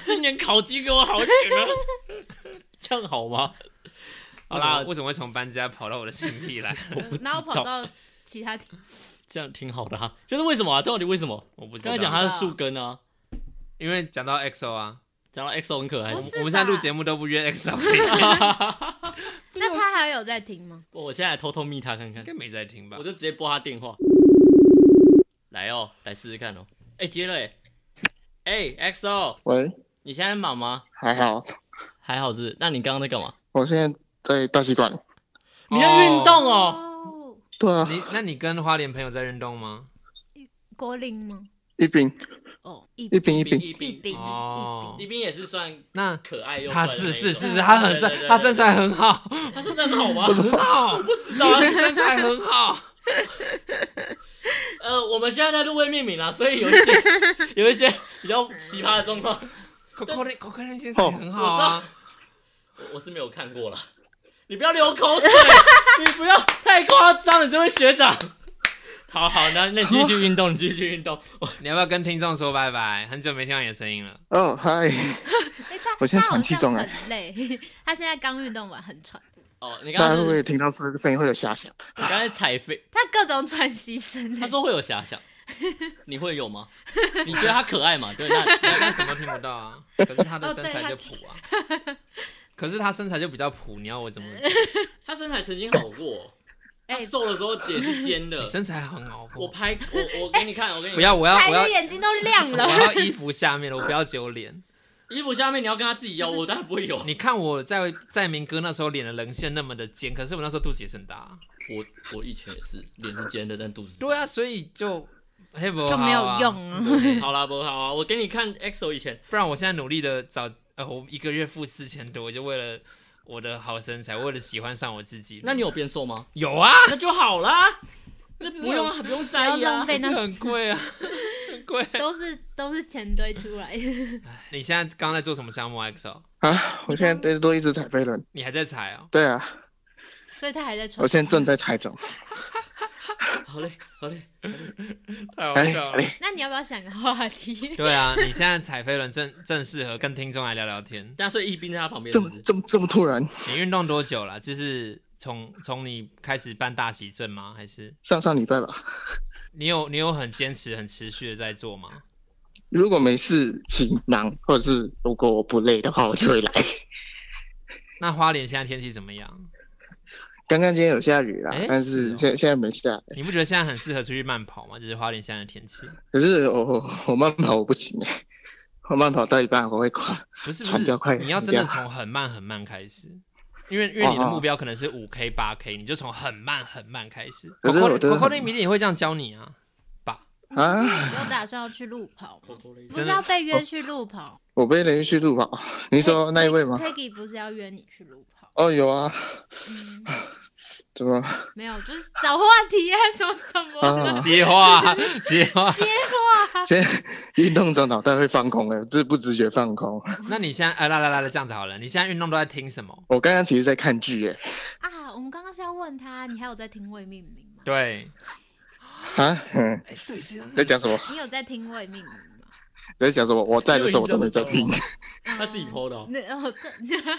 [SPEAKER 3] 今年考绩给我好一点啊， 这样好吗？”好
[SPEAKER 2] 为什么
[SPEAKER 3] 啦，
[SPEAKER 2] 为什么会从搬家跑到我的心地来？
[SPEAKER 3] 我不知
[SPEAKER 1] 然后跑
[SPEAKER 3] 道，
[SPEAKER 1] 到其他地，
[SPEAKER 3] 这样挺好的啊。就是为什么啊？到底为什么？
[SPEAKER 2] 我不知道。
[SPEAKER 3] 刚才讲他的树根啊，
[SPEAKER 2] 因为讲到 XO 啊，
[SPEAKER 3] 讲到 XO 很可爱
[SPEAKER 1] 不
[SPEAKER 2] 我。
[SPEAKER 1] 是
[SPEAKER 2] 我们现在录
[SPEAKER 1] 吧
[SPEAKER 2] 节目都不约 XO，
[SPEAKER 1] 那她还有在听吗？
[SPEAKER 3] 我现在偷偷密他看看
[SPEAKER 2] 应。该没在听吧
[SPEAKER 3] 我？就直接拨他电话。来哦，来试试看哦。哎、接了哎、哎、XO，
[SPEAKER 4] 喂，
[SPEAKER 3] 你现在忙吗？
[SPEAKER 4] 还好，
[SPEAKER 3] 还好是不是那你刚刚在干嘛？
[SPEAKER 4] 我现在在大使馆。
[SPEAKER 3] 你在运动哦。
[SPEAKER 1] 哦，
[SPEAKER 4] 对啊，
[SPEAKER 2] 你那你跟花莲朋友在运动吗？
[SPEAKER 1] 国林吗？
[SPEAKER 4] 一饼
[SPEAKER 1] 哦，一
[SPEAKER 4] 一饼一饼，
[SPEAKER 3] 一
[SPEAKER 1] 一
[SPEAKER 3] 冰，
[SPEAKER 1] 冰
[SPEAKER 2] 哦
[SPEAKER 1] 一
[SPEAKER 3] 一冰也是算
[SPEAKER 2] 那
[SPEAKER 3] 可爱又帅
[SPEAKER 2] 他
[SPEAKER 3] 的
[SPEAKER 2] 是
[SPEAKER 3] 那
[SPEAKER 2] 是
[SPEAKER 3] 种
[SPEAKER 2] 是是，他很帅
[SPEAKER 3] 对对，对
[SPEAKER 2] 他身材很好，
[SPEAKER 3] 他身材好 吗？
[SPEAKER 2] 很好，
[SPEAKER 3] 知道啊
[SPEAKER 2] 身材很好。
[SPEAKER 3] 呃，我们现在在录未命名啦，所以有一 些有一些比较奇葩的状况，
[SPEAKER 2] Coco Coco 身材很好
[SPEAKER 3] 我
[SPEAKER 2] 啊
[SPEAKER 3] 知，我我是没有看过啦。你不要流口水，你不要太夸张，你这位学长。好好，那那继续运动，继续运动。
[SPEAKER 2] 你要不要跟听众说拜拜？很久没听到你的声音了。
[SPEAKER 4] 哦，嗨，
[SPEAKER 1] 哎他
[SPEAKER 4] 我现在
[SPEAKER 1] 他好
[SPEAKER 4] 喘气
[SPEAKER 1] 像
[SPEAKER 4] 中哎
[SPEAKER 1] 很累，他现在刚运动完很喘，
[SPEAKER 3] 哦，你刚
[SPEAKER 4] 大家
[SPEAKER 3] 刚
[SPEAKER 4] 会不
[SPEAKER 3] 是
[SPEAKER 4] 会听到是声音会有遐想？
[SPEAKER 3] 你刚才踩飞，
[SPEAKER 1] 他各种喘息声哎。
[SPEAKER 3] 他说会有 遐想，你会有吗？你觉得他可爱吗？对，那
[SPEAKER 2] 你现在什么都听不到啊，可是他的
[SPEAKER 1] 哦
[SPEAKER 2] 身
[SPEAKER 1] 对
[SPEAKER 2] 材
[SPEAKER 1] 他
[SPEAKER 2] 就普啊。可是他身材就比较普，你要我怎么讲？
[SPEAKER 3] 他身材曾经好过，他
[SPEAKER 1] 哎
[SPEAKER 3] 瘦的时候也是尖的
[SPEAKER 2] 你。身材很好，
[SPEAKER 3] 我拍我我给你看，我给你看
[SPEAKER 2] 不要，我要
[SPEAKER 1] 才
[SPEAKER 2] 我要
[SPEAKER 1] 的眼睛都亮
[SPEAKER 2] 我
[SPEAKER 1] 了，
[SPEAKER 2] 要衣服下面的，我不要只有脸。
[SPEAKER 3] 衣服下面你要跟他自己要，
[SPEAKER 2] 就是
[SPEAKER 3] 我当然不会有。啊
[SPEAKER 2] 你看我在在明哥那时候脸的棱线那么的尖，可是我那时候肚子也是很大啊。
[SPEAKER 3] 我我以前也是脸是尖的，但肚子
[SPEAKER 2] 对啊，所以就嘿不
[SPEAKER 1] 就没有
[SPEAKER 2] 好啊
[SPEAKER 1] 用啊。
[SPEAKER 3] 对好啦，不好啊，我给你看 EXO 以前
[SPEAKER 2] 不然我现在努力的找，呃，我一个月付四千多，我就为了我的好身材，为了喜欢上我自己。
[SPEAKER 3] 那你有变 瘦吗？
[SPEAKER 2] 有啊？
[SPEAKER 3] 那就好啦，那不用啊不用在
[SPEAKER 1] 不
[SPEAKER 3] 意
[SPEAKER 1] 要
[SPEAKER 3] 啊
[SPEAKER 1] 浪。费
[SPEAKER 2] 是
[SPEAKER 1] 哎那
[SPEAKER 2] 很贵啊，很 贵。啊
[SPEAKER 1] 都是都是钱堆出来的，
[SPEAKER 2] 你现在刚刚在做什么项目？XO，
[SPEAKER 4] 啊，我现在都都一直踩飞轮。
[SPEAKER 2] 你还在踩哦？
[SPEAKER 4] 对啊，
[SPEAKER 1] 所以他还在喘
[SPEAKER 4] 我。现在正在踩中。
[SPEAKER 3] 好嘞好嘞，
[SPEAKER 2] 太好
[SPEAKER 4] 哎
[SPEAKER 2] 笑啊了。
[SPEAKER 4] 哎，
[SPEAKER 1] 那你要不要想个话题？
[SPEAKER 2] 对啊，你现在踩飞轮正正适合跟听众来聊聊天。
[SPEAKER 3] 大家所以义兵在他旁边
[SPEAKER 4] 这
[SPEAKER 3] 是不
[SPEAKER 4] 么
[SPEAKER 3] 是？
[SPEAKER 4] 这么这么突然，
[SPEAKER 2] 你运动多久了？就是从从你开始办大喜证吗？还是
[SPEAKER 4] 上上礼拜吧。
[SPEAKER 2] 你有你有很坚持、很持续的在做吗？
[SPEAKER 4] 如果没事请忙，或者是如果我不累的话，我就会来。
[SPEAKER 2] 那花莲现在天气怎么样？
[SPEAKER 4] 刚刚今天有下雨啦
[SPEAKER 2] 哎，
[SPEAKER 4] 但
[SPEAKER 2] 是哦
[SPEAKER 4] 是现现在没下。
[SPEAKER 2] 你不觉得现在很适合出去慢跑吗？就是花莲现在的天气，
[SPEAKER 4] 可是我我我慢跑我不行哎，我慢跑到一半我会垮。
[SPEAKER 2] 不是不
[SPEAKER 4] 传
[SPEAKER 2] 是
[SPEAKER 4] 掉快，点
[SPEAKER 2] 你要
[SPEAKER 4] 死
[SPEAKER 2] 真的
[SPEAKER 4] 掉
[SPEAKER 2] 从很慢很慢开始，因为因为你的
[SPEAKER 4] 哦哦
[SPEAKER 2] 目标可能是五 K 八 K，你就从很慢很慢开始。
[SPEAKER 4] 可是我真的
[SPEAKER 2] Coco Coco
[SPEAKER 4] 很
[SPEAKER 2] 那迷弟也会这样教你啊，
[SPEAKER 4] 啊
[SPEAKER 1] 你不是有打算要去路跑吗？不
[SPEAKER 2] 真
[SPEAKER 1] 是
[SPEAKER 2] 的
[SPEAKER 1] 要被约去路跑？
[SPEAKER 4] 我被连续路跑，你说那一位吗？
[SPEAKER 1] ？Peggy 不是要约你去路跑？
[SPEAKER 4] 哦，有啊，
[SPEAKER 1] 嗯，
[SPEAKER 4] 怎么？
[SPEAKER 1] 没有，就是找话题啊，什么什么
[SPEAKER 4] 啊
[SPEAKER 1] 的。
[SPEAKER 2] 接话 接话。
[SPEAKER 4] 现在 运动者脑袋会放空了，这不自觉放空。
[SPEAKER 2] 那你现在哎来来来来这样子好了，你现在运动都在听什么？
[SPEAKER 4] 我刚刚其实在看剧耶，
[SPEAKER 1] 啊，我们刚刚是要问他，你还有在听未命名吗？
[SPEAKER 2] 对，
[SPEAKER 4] 啊，嗯，
[SPEAKER 2] 哎对，这样
[SPEAKER 4] 在讲什么？
[SPEAKER 1] 你有在听未命名吗？
[SPEAKER 4] 在讲什么？我在的时候我都没在听。
[SPEAKER 3] 他自己 PO 的哦。
[SPEAKER 1] 那哦这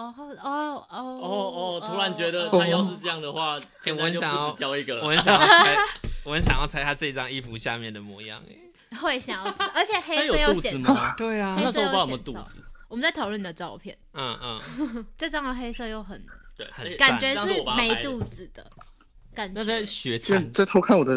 [SPEAKER 1] 哦哦哦
[SPEAKER 3] 哦哦，突然觉得
[SPEAKER 1] 哦
[SPEAKER 3] 他要是这样的话，现在就不止交一个
[SPEAKER 2] 我
[SPEAKER 3] 了。
[SPEAKER 2] 很想要猜，我很想要猜他这张衣服下面的模样。哎，
[SPEAKER 1] 会想要知道，而且
[SPEAKER 3] 他
[SPEAKER 1] 黑
[SPEAKER 3] 有
[SPEAKER 1] 色又
[SPEAKER 3] 肚子
[SPEAKER 1] 显瘦。
[SPEAKER 3] 吗？
[SPEAKER 2] 对啊
[SPEAKER 3] 他那时候不知道有没
[SPEAKER 1] 黑
[SPEAKER 3] 有
[SPEAKER 1] 色
[SPEAKER 3] 肚
[SPEAKER 1] 又显
[SPEAKER 3] 子，
[SPEAKER 1] 我们在讨论你的照片，
[SPEAKER 2] 嗯嗯，
[SPEAKER 1] 这张的黑色又很
[SPEAKER 3] 对，
[SPEAKER 2] 很
[SPEAKER 3] 而且
[SPEAKER 1] 呃感觉
[SPEAKER 3] 这样
[SPEAKER 1] 是
[SPEAKER 3] 我把它拍
[SPEAKER 1] 没
[SPEAKER 3] 的
[SPEAKER 1] 肚子的感
[SPEAKER 3] 那是在
[SPEAKER 1] 觉。
[SPEAKER 3] 雪
[SPEAKER 4] 这
[SPEAKER 3] 场，
[SPEAKER 4] 在偷看我的，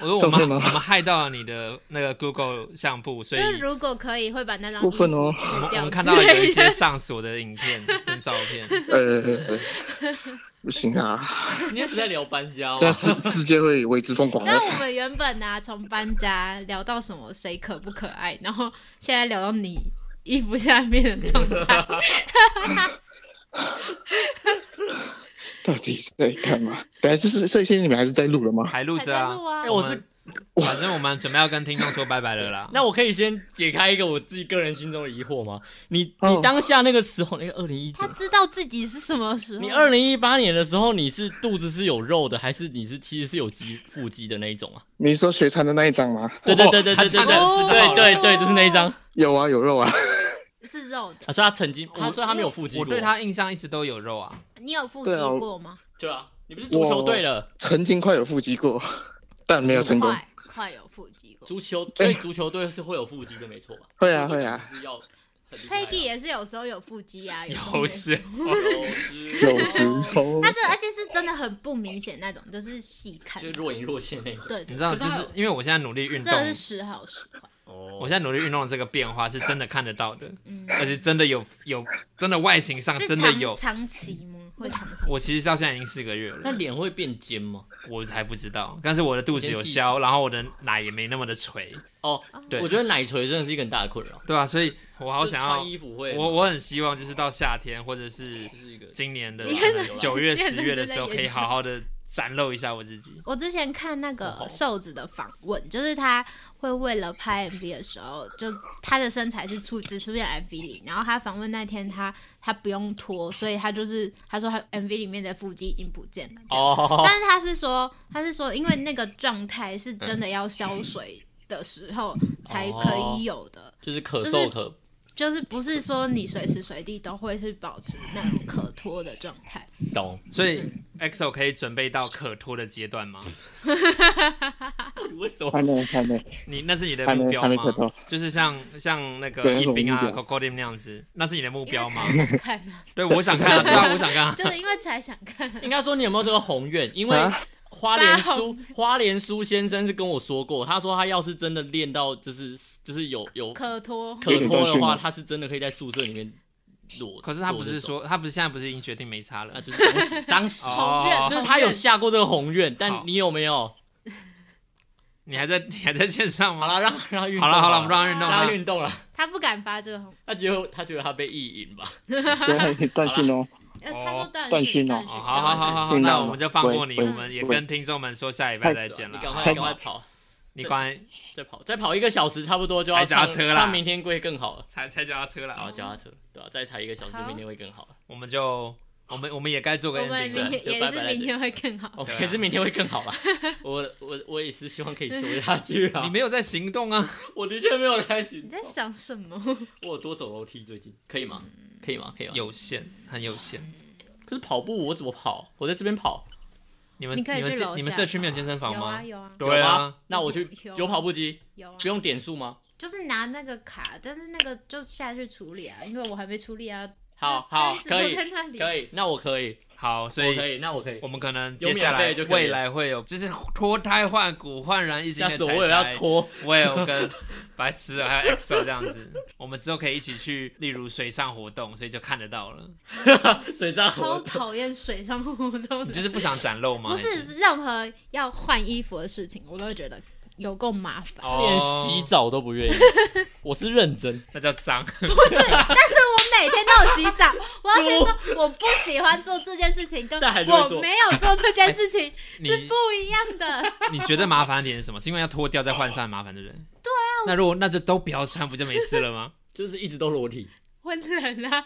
[SPEAKER 2] 我说我们
[SPEAKER 4] 照片吗
[SPEAKER 2] 我们害到了你的那个 Google 相簿，所
[SPEAKER 1] 就
[SPEAKER 2] 以
[SPEAKER 1] 是如果可以，会把那张
[SPEAKER 4] 过分哦
[SPEAKER 1] 衣服去
[SPEAKER 2] 我们我
[SPEAKER 1] 掉
[SPEAKER 2] 们
[SPEAKER 1] 之
[SPEAKER 2] 看到了有一
[SPEAKER 1] 类
[SPEAKER 2] 些
[SPEAKER 1] 的。
[SPEAKER 2] 上锁的影片、跟照 片。
[SPEAKER 4] 呃， 不行啊，
[SPEAKER 3] 你也是在聊啊搬家吗
[SPEAKER 4] 这？样世世界会为之疯狂的
[SPEAKER 1] 那。我们原本呢、啊从搬家聊到什么谁可不可爱，然后现在聊到你衣服下面的状态，
[SPEAKER 4] 到底在干嘛？等下这是这些你们还是在录了吗？
[SPEAKER 2] 还录
[SPEAKER 1] 还
[SPEAKER 2] 着
[SPEAKER 1] 在
[SPEAKER 2] 啊
[SPEAKER 1] 录！啊
[SPEAKER 3] 哎，。我是
[SPEAKER 2] 们反正我们准备要跟听众说拜拜了啦。
[SPEAKER 3] 那我可以先解开一个我自己个人心中的疑惑吗？你
[SPEAKER 4] 哦
[SPEAKER 3] 你当下那个时候，那个二零一
[SPEAKER 1] 他
[SPEAKER 3] 九，
[SPEAKER 1] 知道自己是什么时候。
[SPEAKER 3] 你二零一八年的时候，你是肚子是有肉的，还是你是其实是有肌腹肌的那一种啊？
[SPEAKER 4] 你说学餐的那一张吗？
[SPEAKER 3] 对对对对
[SPEAKER 2] 他
[SPEAKER 3] 对对
[SPEAKER 2] 差点知道了
[SPEAKER 3] 对对对，就是那一张。
[SPEAKER 4] 有啊，有肉啊。
[SPEAKER 1] 是肉的，
[SPEAKER 3] 啊，所以他曾经，他说他没有腹肌 过。啊
[SPEAKER 2] 我对他印象一直都有肉啊，
[SPEAKER 1] 你有腹肌
[SPEAKER 4] 对啊我
[SPEAKER 1] 过吗？
[SPEAKER 3] 对啊，你不是足球队的
[SPEAKER 4] 曾经快有腹肌过，但没有成功。
[SPEAKER 1] 快快有腹肌过。
[SPEAKER 3] 足球，所以足球队是会有腹肌的，没错吧？
[SPEAKER 4] 会啊会啊，
[SPEAKER 3] 就是要很厉害啊。
[SPEAKER 1] Peggy 也是有时候有腹肌啊，有时候没
[SPEAKER 2] 有时候
[SPEAKER 3] 有时
[SPEAKER 4] 有时 候
[SPEAKER 1] 他这而且是真的很不明显那种，就是细看
[SPEAKER 3] 就。是若隐若现那种。
[SPEAKER 1] 对，
[SPEAKER 2] 你
[SPEAKER 1] 对
[SPEAKER 2] 知道，就是因为我现在努力运
[SPEAKER 1] 真
[SPEAKER 2] 动
[SPEAKER 1] 的，是时好时坏。
[SPEAKER 3] 哦
[SPEAKER 2] 我现在努力运动的这个变化是真的看得到的，
[SPEAKER 1] 嗯，
[SPEAKER 2] 而且真的有有真的外形上
[SPEAKER 1] 是
[SPEAKER 2] 啊真的有
[SPEAKER 1] 长。长期吗？会长期？
[SPEAKER 2] 我其实到现在已经四个月了，
[SPEAKER 3] 那脸会变尖吗？
[SPEAKER 2] 我还不知道，但是我的肚子有消，然后我的奶也没那么的垂，
[SPEAKER 3] 哦，
[SPEAKER 2] 对
[SPEAKER 3] 我觉得奶垂真的是一个很大的困扰。
[SPEAKER 2] 对吧、啊所以我好想
[SPEAKER 3] 就是穿
[SPEAKER 2] 要，
[SPEAKER 3] 衣服会，
[SPEAKER 2] 我我很希望就是到夏天或者是
[SPEAKER 3] 就是一个
[SPEAKER 2] 今年的
[SPEAKER 3] 你为什么
[SPEAKER 2] 九月、
[SPEAKER 1] 你很
[SPEAKER 2] 十月的
[SPEAKER 1] 认真
[SPEAKER 2] 时候，
[SPEAKER 1] 在
[SPEAKER 2] 可以
[SPEAKER 1] 研究
[SPEAKER 2] 好好的展露一下我自己。
[SPEAKER 1] 我之前看那个
[SPEAKER 2] 哦
[SPEAKER 1] 瘦子的访问，就是他会为了拍 MV 的时候，就他的身材是出只出现 MV 里，然后他访问那天他他不用脱，所以他就是他说他 MV 里面的腹肌已经不见了，
[SPEAKER 3] 哦，
[SPEAKER 1] 但是他是说他是说因为那个状态是真的要消水的时候才可以有
[SPEAKER 2] 哦
[SPEAKER 1] 的，
[SPEAKER 3] 就是可
[SPEAKER 1] 就是
[SPEAKER 3] 瘦可
[SPEAKER 1] 就是不是说你随时随地都会去保持那种可脱的状态。
[SPEAKER 3] 懂。
[SPEAKER 2] 所以 EXO 可以准备到可脱的阶段吗？
[SPEAKER 3] 为什么？
[SPEAKER 4] 还没还没，
[SPEAKER 2] 你那是你的
[SPEAKER 4] 还没
[SPEAKER 2] 目标
[SPEAKER 4] 还没可
[SPEAKER 2] 吗
[SPEAKER 4] 脱？
[SPEAKER 2] 就是像像那个
[SPEAKER 4] 对那是
[SPEAKER 2] 一
[SPEAKER 4] 我
[SPEAKER 2] 冰啊、
[SPEAKER 4] 目
[SPEAKER 2] c o c o d i m 那样子，那是你的目
[SPEAKER 1] 因为
[SPEAKER 2] 标吗
[SPEAKER 1] 才？想看啊，
[SPEAKER 2] 对，我想 看啊，对啊，我想看啊。
[SPEAKER 1] 就是因为才想看啊、
[SPEAKER 3] 应该说你有没有这个宏愿？因为
[SPEAKER 4] 啊
[SPEAKER 3] 花莲
[SPEAKER 1] 八
[SPEAKER 3] 苏花莲苏先生是跟我说过，他说他要是真的练到就是就是有有可
[SPEAKER 1] 可脱。
[SPEAKER 3] 脱
[SPEAKER 4] 有
[SPEAKER 3] 的
[SPEAKER 4] 点
[SPEAKER 3] 话，
[SPEAKER 4] 东西
[SPEAKER 3] 他是真的可以在宿舍里面裸。
[SPEAKER 2] 可是他不
[SPEAKER 3] 裸
[SPEAKER 2] 是
[SPEAKER 3] 那种
[SPEAKER 2] 说，他不是现在不是已经决定没差了
[SPEAKER 3] 啊，？就是当时当 时
[SPEAKER 2] 哦
[SPEAKER 1] 红愿
[SPEAKER 3] 就是他有下过这个宏愿，
[SPEAKER 2] 好
[SPEAKER 3] 但你有没有？
[SPEAKER 2] 你还在你 还在线上
[SPEAKER 3] 好
[SPEAKER 2] 吗？
[SPEAKER 3] 了，让 让他运动
[SPEAKER 2] 好了好了，我们
[SPEAKER 3] 让
[SPEAKER 2] 让他运动
[SPEAKER 3] 让
[SPEAKER 2] 啊
[SPEAKER 3] 他。运动了。
[SPEAKER 1] 他不敢发这个红，
[SPEAKER 3] 他觉得他觉得他被意淫吧？
[SPEAKER 4] 对，断讯哦，
[SPEAKER 1] 呃，他说断
[SPEAKER 4] 断
[SPEAKER 1] 讯
[SPEAKER 4] 讯哦
[SPEAKER 1] 断
[SPEAKER 2] 哦，
[SPEAKER 1] 讯
[SPEAKER 2] 好好好好好，
[SPEAKER 4] 运动
[SPEAKER 2] 那
[SPEAKER 4] 了
[SPEAKER 2] 我们就放过你，
[SPEAKER 4] 喂
[SPEAKER 2] 我
[SPEAKER 4] 喂
[SPEAKER 2] 们也
[SPEAKER 4] 喂
[SPEAKER 2] 跟听众们说下礼拜再见
[SPEAKER 3] 你
[SPEAKER 2] 了。
[SPEAKER 3] 赶快
[SPEAKER 2] 好
[SPEAKER 3] 赶快跑，
[SPEAKER 2] 你快
[SPEAKER 3] 再跑再跑一个小时，差不多就要
[SPEAKER 2] 踩脚踏
[SPEAKER 3] 上
[SPEAKER 2] 车啦
[SPEAKER 3] 上明天会更好了。
[SPEAKER 2] 踩踩脚踏车了
[SPEAKER 3] 然后
[SPEAKER 2] 啊！
[SPEAKER 3] 脚踏车，对吧、再踩一个小时
[SPEAKER 1] 好，
[SPEAKER 3] 明天会更好了。
[SPEAKER 2] 我们就我们我们也该做个
[SPEAKER 1] 我们
[SPEAKER 2] ending 了
[SPEAKER 1] 明天
[SPEAKER 3] 对
[SPEAKER 1] 也
[SPEAKER 3] 拜
[SPEAKER 1] 是
[SPEAKER 3] 拜
[SPEAKER 1] 明天会更好。
[SPEAKER 3] 哦，
[SPEAKER 2] 对啊
[SPEAKER 3] 可是明天会更好 吧？我我我也是希望可以说下去啊
[SPEAKER 2] 你。没有在行动啊？
[SPEAKER 3] 我的确没有开心。
[SPEAKER 1] 你在想什么？
[SPEAKER 3] 我有多走楼梯最近可以吗？
[SPEAKER 1] 嗯
[SPEAKER 3] 可以吗？可以吗？。
[SPEAKER 2] 有限，很有限。
[SPEAKER 3] 可是跑步我怎么跑？我在这边跑。
[SPEAKER 2] 你 们
[SPEAKER 1] 你可以
[SPEAKER 2] 们
[SPEAKER 1] 去
[SPEAKER 2] 健
[SPEAKER 1] 楼
[SPEAKER 2] 你们
[SPEAKER 1] 下
[SPEAKER 2] 社区没有健身房
[SPEAKER 1] 有啊
[SPEAKER 2] 吗？
[SPEAKER 1] 有啊
[SPEAKER 2] 对
[SPEAKER 3] 有
[SPEAKER 2] 啊
[SPEAKER 3] 吗，那我去
[SPEAKER 1] 有啊
[SPEAKER 3] 有跑步机，
[SPEAKER 1] 有啊
[SPEAKER 3] 不，用点数吗？
[SPEAKER 1] 就是拿那个卡，但是那个就下去处理啊，因为我还没处理啊。
[SPEAKER 3] 好好
[SPEAKER 1] 单子
[SPEAKER 3] 哦可
[SPEAKER 1] 都
[SPEAKER 3] 以
[SPEAKER 1] 在那里
[SPEAKER 3] 可以，那我可以，
[SPEAKER 2] 好，所
[SPEAKER 3] 我可
[SPEAKER 2] 以
[SPEAKER 3] 以，那我可以
[SPEAKER 2] 我。们可能
[SPEAKER 3] 有
[SPEAKER 2] 接下
[SPEAKER 3] 免
[SPEAKER 2] 来
[SPEAKER 3] 费就可以
[SPEAKER 2] 未来会有，就是脱胎换骨、焕然一新
[SPEAKER 3] 下
[SPEAKER 2] 的
[SPEAKER 3] 次
[SPEAKER 2] 彩
[SPEAKER 3] 我也要
[SPEAKER 2] 彩。
[SPEAKER 3] 脱，
[SPEAKER 2] 我也有跟白痴啊还有 EXO 这样子，我们之后可以一起去，例如水上活动，所以就看得到了。
[SPEAKER 3] 水上
[SPEAKER 1] 超
[SPEAKER 3] 活
[SPEAKER 1] 讨厌水上活动
[SPEAKER 2] 你
[SPEAKER 1] 的，
[SPEAKER 2] 就是不想展露吗？
[SPEAKER 1] 不
[SPEAKER 2] 还
[SPEAKER 1] 是任何要换衣服的事情，我都会觉得有够麻 烦。
[SPEAKER 3] 连
[SPEAKER 2] 哦，
[SPEAKER 3] 洗澡都不 愿意，我是认真。
[SPEAKER 2] 那叫 脏。
[SPEAKER 1] 但是我每天都有洗澡，我要先说我不喜欢做这件事情，跟
[SPEAKER 3] 但还是会做哎
[SPEAKER 1] 我没有做这件事情
[SPEAKER 2] 你
[SPEAKER 1] 是不一样的。
[SPEAKER 2] 你觉得麻烦的点是什么？是因为要脱掉再换上很麻烦的人？ 对啊。那如果那就都不要穿，不就没事了吗？
[SPEAKER 3] 就是一直都裸体。
[SPEAKER 1] 会冷啊，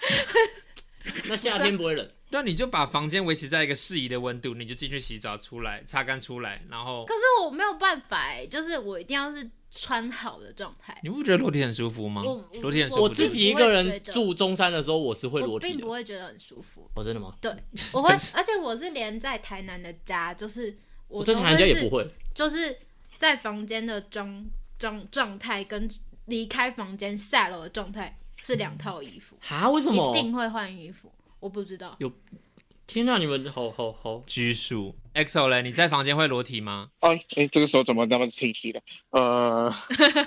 [SPEAKER 3] 那夏天不会冷，
[SPEAKER 2] 那啊你就把房间维持在一个适宜的温度，你就进去洗澡，出来擦干出来，然后
[SPEAKER 1] 可是我没有办法哎、就是我一定要是穿好的状态。
[SPEAKER 2] 你不觉得裸体很舒服吗
[SPEAKER 1] 我我？
[SPEAKER 2] 裸体很舒服。
[SPEAKER 3] 我自己一个人住中山的时候，我是会
[SPEAKER 1] 我
[SPEAKER 3] 裸体
[SPEAKER 1] 并不
[SPEAKER 3] 的。
[SPEAKER 1] 会觉得很舒服，
[SPEAKER 3] 哦，真的吗？
[SPEAKER 1] 对我 会
[SPEAKER 2] 可是，
[SPEAKER 1] 而且我是连在台南的家，就是
[SPEAKER 3] 我
[SPEAKER 1] 我
[SPEAKER 3] 在
[SPEAKER 1] 都
[SPEAKER 3] 台家也
[SPEAKER 1] 是
[SPEAKER 3] 不会。
[SPEAKER 1] 就是在房间的状状状态跟离开房间下楼的状态是两套衣服，
[SPEAKER 3] 哈？为什
[SPEAKER 1] 一
[SPEAKER 3] 么？
[SPEAKER 1] 定会换衣服。我不知道，
[SPEAKER 3] 天哪、你们好好好，
[SPEAKER 2] 拘束。EXO 嘞，你在房间会裸体吗？
[SPEAKER 4] 哎哎，这个时候怎么那么清晰了？ 呃，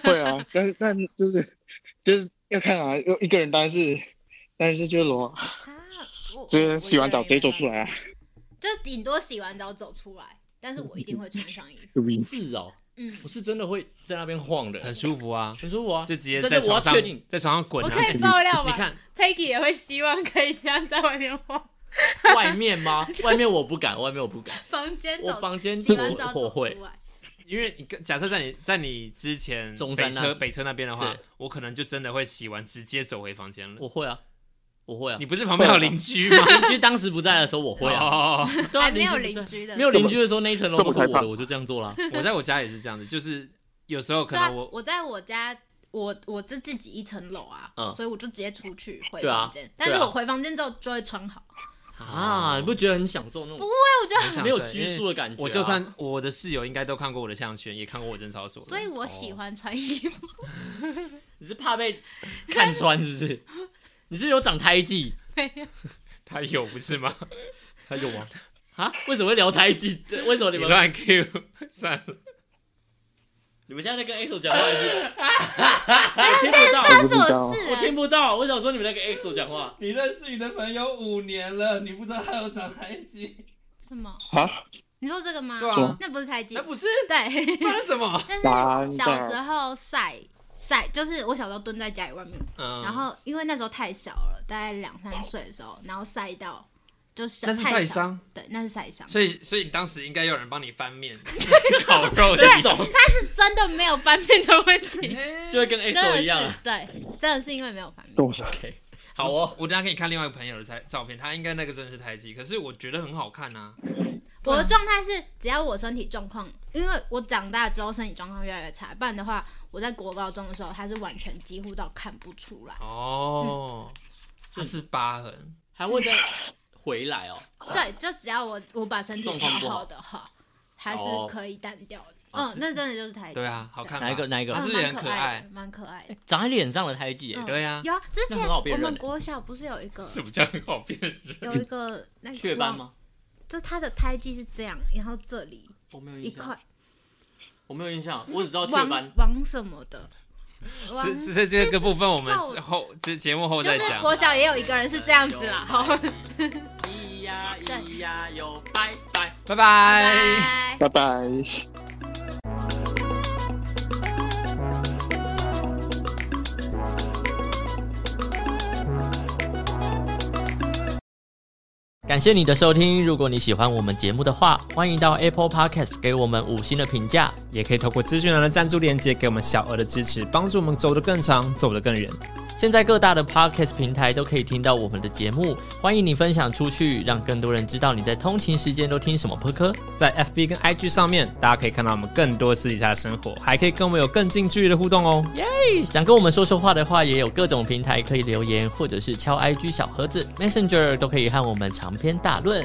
[SPEAKER 4] 会啊，但是但就是就是要看啊，又一个人当然是当然是就裸，
[SPEAKER 1] 啊，我
[SPEAKER 4] 直接洗完澡直接走出，
[SPEAKER 1] 我
[SPEAKER 4] 来啊，
[SPEAKER 1] 一个人也没办法就顶多洗完澡走出来，但是我一定会穿上衣服。
[SPEAKER 4] 对不对？
[SPEAKER 3] 是哦，
[SPEAKER 1] 嗯
[SPEAKER 3] 我，是真的会在那边晃的，
[SPEAKER 2] 很舒服啊，
[SPEAKER 3] 很舒服啊。
[SPEAKER 2] 就直接
[SPEAKER 3] 但
[SPEAKER 2] 在
[SPEAKER 3] 是
[SPEAKER 2] 床
[SPEAKER 3] 我要
[SPEAKER 2] 上
[SPEAKER 3] 确定，
[SPEAKER 2] 在床上滚
[SPEAKER 1] 我
[SPEAKER 2] 啊
[SPEAKER 1] 可！以爆料
[SPEAKER 2] 你
[SPEAKER 1] 吗
[SPEAKER 2] 看，
[SPEAKER 1] ？Peggy 也会希望可以这样在外面晃，
[SPEAKER 3] 外面吗？外面我不敢，外面我不敢。
[SPEAKER 1] 房间
[SPEAKER 3] 我
[SPEAKER 1] 走，
[SPEAKER 3] 房间
[SPEAKER 1] 洗完澡
[SPEAKER 3] 我我
[SPEAKER 1] 走出
[SPEAKER 3] 会
[SPEAKER 1] 来。
[SPEAKER 2] 因为你跟假设在你在你之前
[SPEAKER 3] 中
[SPEAKER 2] 北
[SPEAKER 3] 山那
[SPEAKER 2] 车
[SPEAKER 3] 里
[SPEAKER 2] 北车那边的话
[SPEAKER 3] 对，
[SPEAKER 2] 我可能就真的会洗完直接走回房间了。
[SPEAKER 3] 我会啊，我会啊
[SPEAKER 2] 你。不是旁边有邻居 吗？
[SPEAKER 3] 邻居当时不在的时候，我会啊。
[SPEAKER 2] 哦，
[SPEAKER 3] 对啊，
[SPEAKER 1] 还没有
[SPEAKER 3] 不在
[SPEAKER 1] 邻居的
[SPEAKER 3] 没有邻居的时候，那一层楼
[SPEAKER 4] 这
[SPEAKER 3] 不
[SPEAKER 4] 么
[SPEAKER 3] 是我
[SPEAKER 4] 开
[SPEAKER 3] 的，
[SPEAKER 4] 放
[SPEAKER 3] 我就这样做啦。
[SPEAKER 2] 我在我家也是这样子，就是有时候可
[SPEAKER 1] 对啊，
[SPEAKER 2] 能
[SPEAKER 1] 我
[SPEAKER 2] 我
[SPEAKER 1] 在我家，我我是自己一层楼啊，
[SPEAKER 3] 嗯
[SPEAKER 1] 所以我就直接出去回
[SPEAKER 3] 对啊
[SPEAKER 1] 房间。但是
[SPEAKER 3] 对啊
[SPEAKER 1] 我回房间之后就会穿好，
[SPEAKER 3] 啊，你不觉得很享受那种
[SPEAKER 1] 但我觉得
[SPEAKER 2] 很
[SPEAKER 1] 很，
[SPEAKER 2] 想
[SPEAKER 3] 没有
[SPEAKER 2] 睡
[SPEAKER 3] 拘束的感觉啊？
[SPEAKER 2] 我就算我的室友应该都看过我的项圈，也看过我贞操所了，
[SPEAKER 1] 所以我喜欢穿衣服，
[SPEAKER 3] 你是怕被看穿是不是？你是有长胎记？
[SPEAKER 1] 没 有
[SPEAKER 3] 哦
[SPEAKER 2] 他有不是吗？
[SPEAKER 3] 还有吗？啊？为什么会聊胎记？这为什 么
[SPEAKER 2] 你
[SPEAKER 3] 你们
[SPEAKER 2] 乱 Q 算了，
[SPEAKER 3] 你们现在在跟 EXO 讲话还是？
[SPEAKER 1] 哎
[SPEAKER 3] 我听不到，
[SPEAKER 1] 但是我是
[SPEAKER 3] 我
[SPEAKER 1] 啊
[SPEAKER 3] 听不到。我想说你们在跟 EXO 讲话，
[SPEAKER 2] 你认识你的朋友五年了，你不知道他有长胎记？
[SPEAKER 1] 什么？
[SPEAKER 4] 啊，
[SPEAKER 1] 你说这个吗？
[SPEAKER 2] 对啊，
[SPEAKER 1] 那不是胎记，
[SPEAKER 2] 是，
[SPEAKER 1] 对，
[SPEAKER 2] 那是什么？
[SPEAKER 1] 但
[SPEAKER 4] 完
[SPEAKER 1] 是
[SPEAKER 4] 蛋
[SPEAKER 1] 小时候晒晒，就是我小时候蹲在家里外面，
[SPEAKER 2] 嗯
[SPEAKER 1] 然后因为那时候太小了，大概两三岁的时候，然后晒到就是
[SPEAKER 2] 那是晒
[SPEAKER 1] 太小，
[SPEAKER 2] 伤，
[SPEAKER 1] 对，那是晒伤，
[SPEAKER 2] 所以所以你当时应该有人帮你翻面烤肉的
[SPEAKER 3] 这种
[SPEAKER 1] 是真的没有翻面的问题，
[SPEAKER 2] 哎
[SPEAKER 3] 就会跟 A
[SPEAKER 1] 真
[SPEAKER 3] o
[SPEAKER 1] 的
[SPEAKER 3] 一样啊
[SPEAKER 1] 是。对，真的是因为没有翻面。
[SPEAKER 4] 多少？
[SPEAKER 3] OK，好哦，
[SPEAKER 2] 我等一下给你看另外一个朋友的拍照片，他应该那个真的是胎记，可是我觉得很好看啊。
[SPEAKER 1] 我的状态是，只要我身体状况，因为我长大之后身体状况越来越差，不然的话，我在国高中的时候，它是完全几乎到看不出来。
[SPEAKER 2] 哦，这是疤痕，
[SPEAKER 3] 还会再回来哦。
[SPEAKER 1] 对，就只要我我把身体
[SPEAKER 3] 状
[SPEAKER 1] 调
[SPEAKER 3] 况不好
[SPEAKER 1] 好的话，还是
[SPEAKER 3] 哦
[SPEAKER 1] 可以淡掉的。
[SPEAKER 3] 哦
[SPEAKER 1] 嗯，那真的就是台阶
[SPEAKER 2] 对啊，好看吧
[SPEAKER 3] 哪一个？哪一
[SPEAKER 2] 它
[SPEAKER 3] 个
[SPEAKER 2] 啊？
[SPEAKER 1] 嗯
[SPEAKER 2] 是不是也
[SPEAKER 1] 蛮
[SPEAKER 2] 很
[SPEAKER 1] 可
[SPEAKER 2] 可爱
[SPEAKER 1] 的，蛮可爱 的。
[SPEAKER 3] 长在脸上的胎记耶，
[SPEAKER 1] 嗯
[SPEAKER 2] 对啊，
[SPEAKER 1] 有啊，之
[SPEAKER 3] 那
[SPEAKER 1] 前
[SPEAKER 3] 很好辨
[SPEAKER 1] 我
[SPEAKER 3] 认
[SPEAKER 1] 们
[SPEAKER 3] 欸
[SPEAKER 1] 国小不是有一个
[SPEAKER 2] 什么叫很好辨认？
[SPEAKER 1] 有一个那个
[SPEAKER 3] 雀斑？吗？
[SPEAKER 1] 就它的胎记是这样，然后这里
[SPEAKER 3] 我没有
[SPEAKER 1] 一
[SPEAKER 3] 印象
[SPEAKER 1] 块，
[SPEAKER 3] 我没有印象，我只
[SPEAKER 2] 哦
[SPEAKER 3] 知道雀
[SPEAKER 1] 王
[SPEAKER 3] 斑。
[SPEAKER 1] 王什么的，王
[SPEAKER 2] 这这这个部分我们
[SPEAKER 1] 这是
[SPEAKER 2] 之
[SPEAKER 1] 少
[SPEAKER 2] 后这节目后
[SPEAKER 1] 就
[SPEAKER 2] 再
[SPEAKER 1] 是
[SPEAKER 2] 讲。
[SPEAKER 1] 国小也有一个人是这样子啦。好，
[SPEAKER 3] 咿呀
[SPEAKER 1] 对
[SPEAKER 3] 咿呀哟，拜拜。
[SPEAKER 1] 拜
[SPEAKER 2] 拜拜。
[SPEAKER 1] 拜。
[SPEAKER 4] 拜拜。
[SPEAKER 3] 感谢你的收听。如果你喜欢我们节目的话，欢迎到 Apple Podcast 给我们五星的评价。
[SPEAKER 5] 也可以透过资讯栏的赞助链接给我们小额的支持，帮助我们走得更长，走得更远。
[SPEAKER 3] 现在各大的 Podcast 平台都可以听到我们的节目，欢迎你分享出去，让更多人知道你在通勤时间都听什么播客。
[SPEAKER 5] 在 FB 跟 IG 上面，大家可以看到我们更多私底下的生活，还可以跟我们有更近距离的互动哦。
[SPEAKER 3] 想跟我们说说话的话，也有各种平台可以留言，或者是敲 IG 小盒子、Messenger 都可以和我们长篇大论。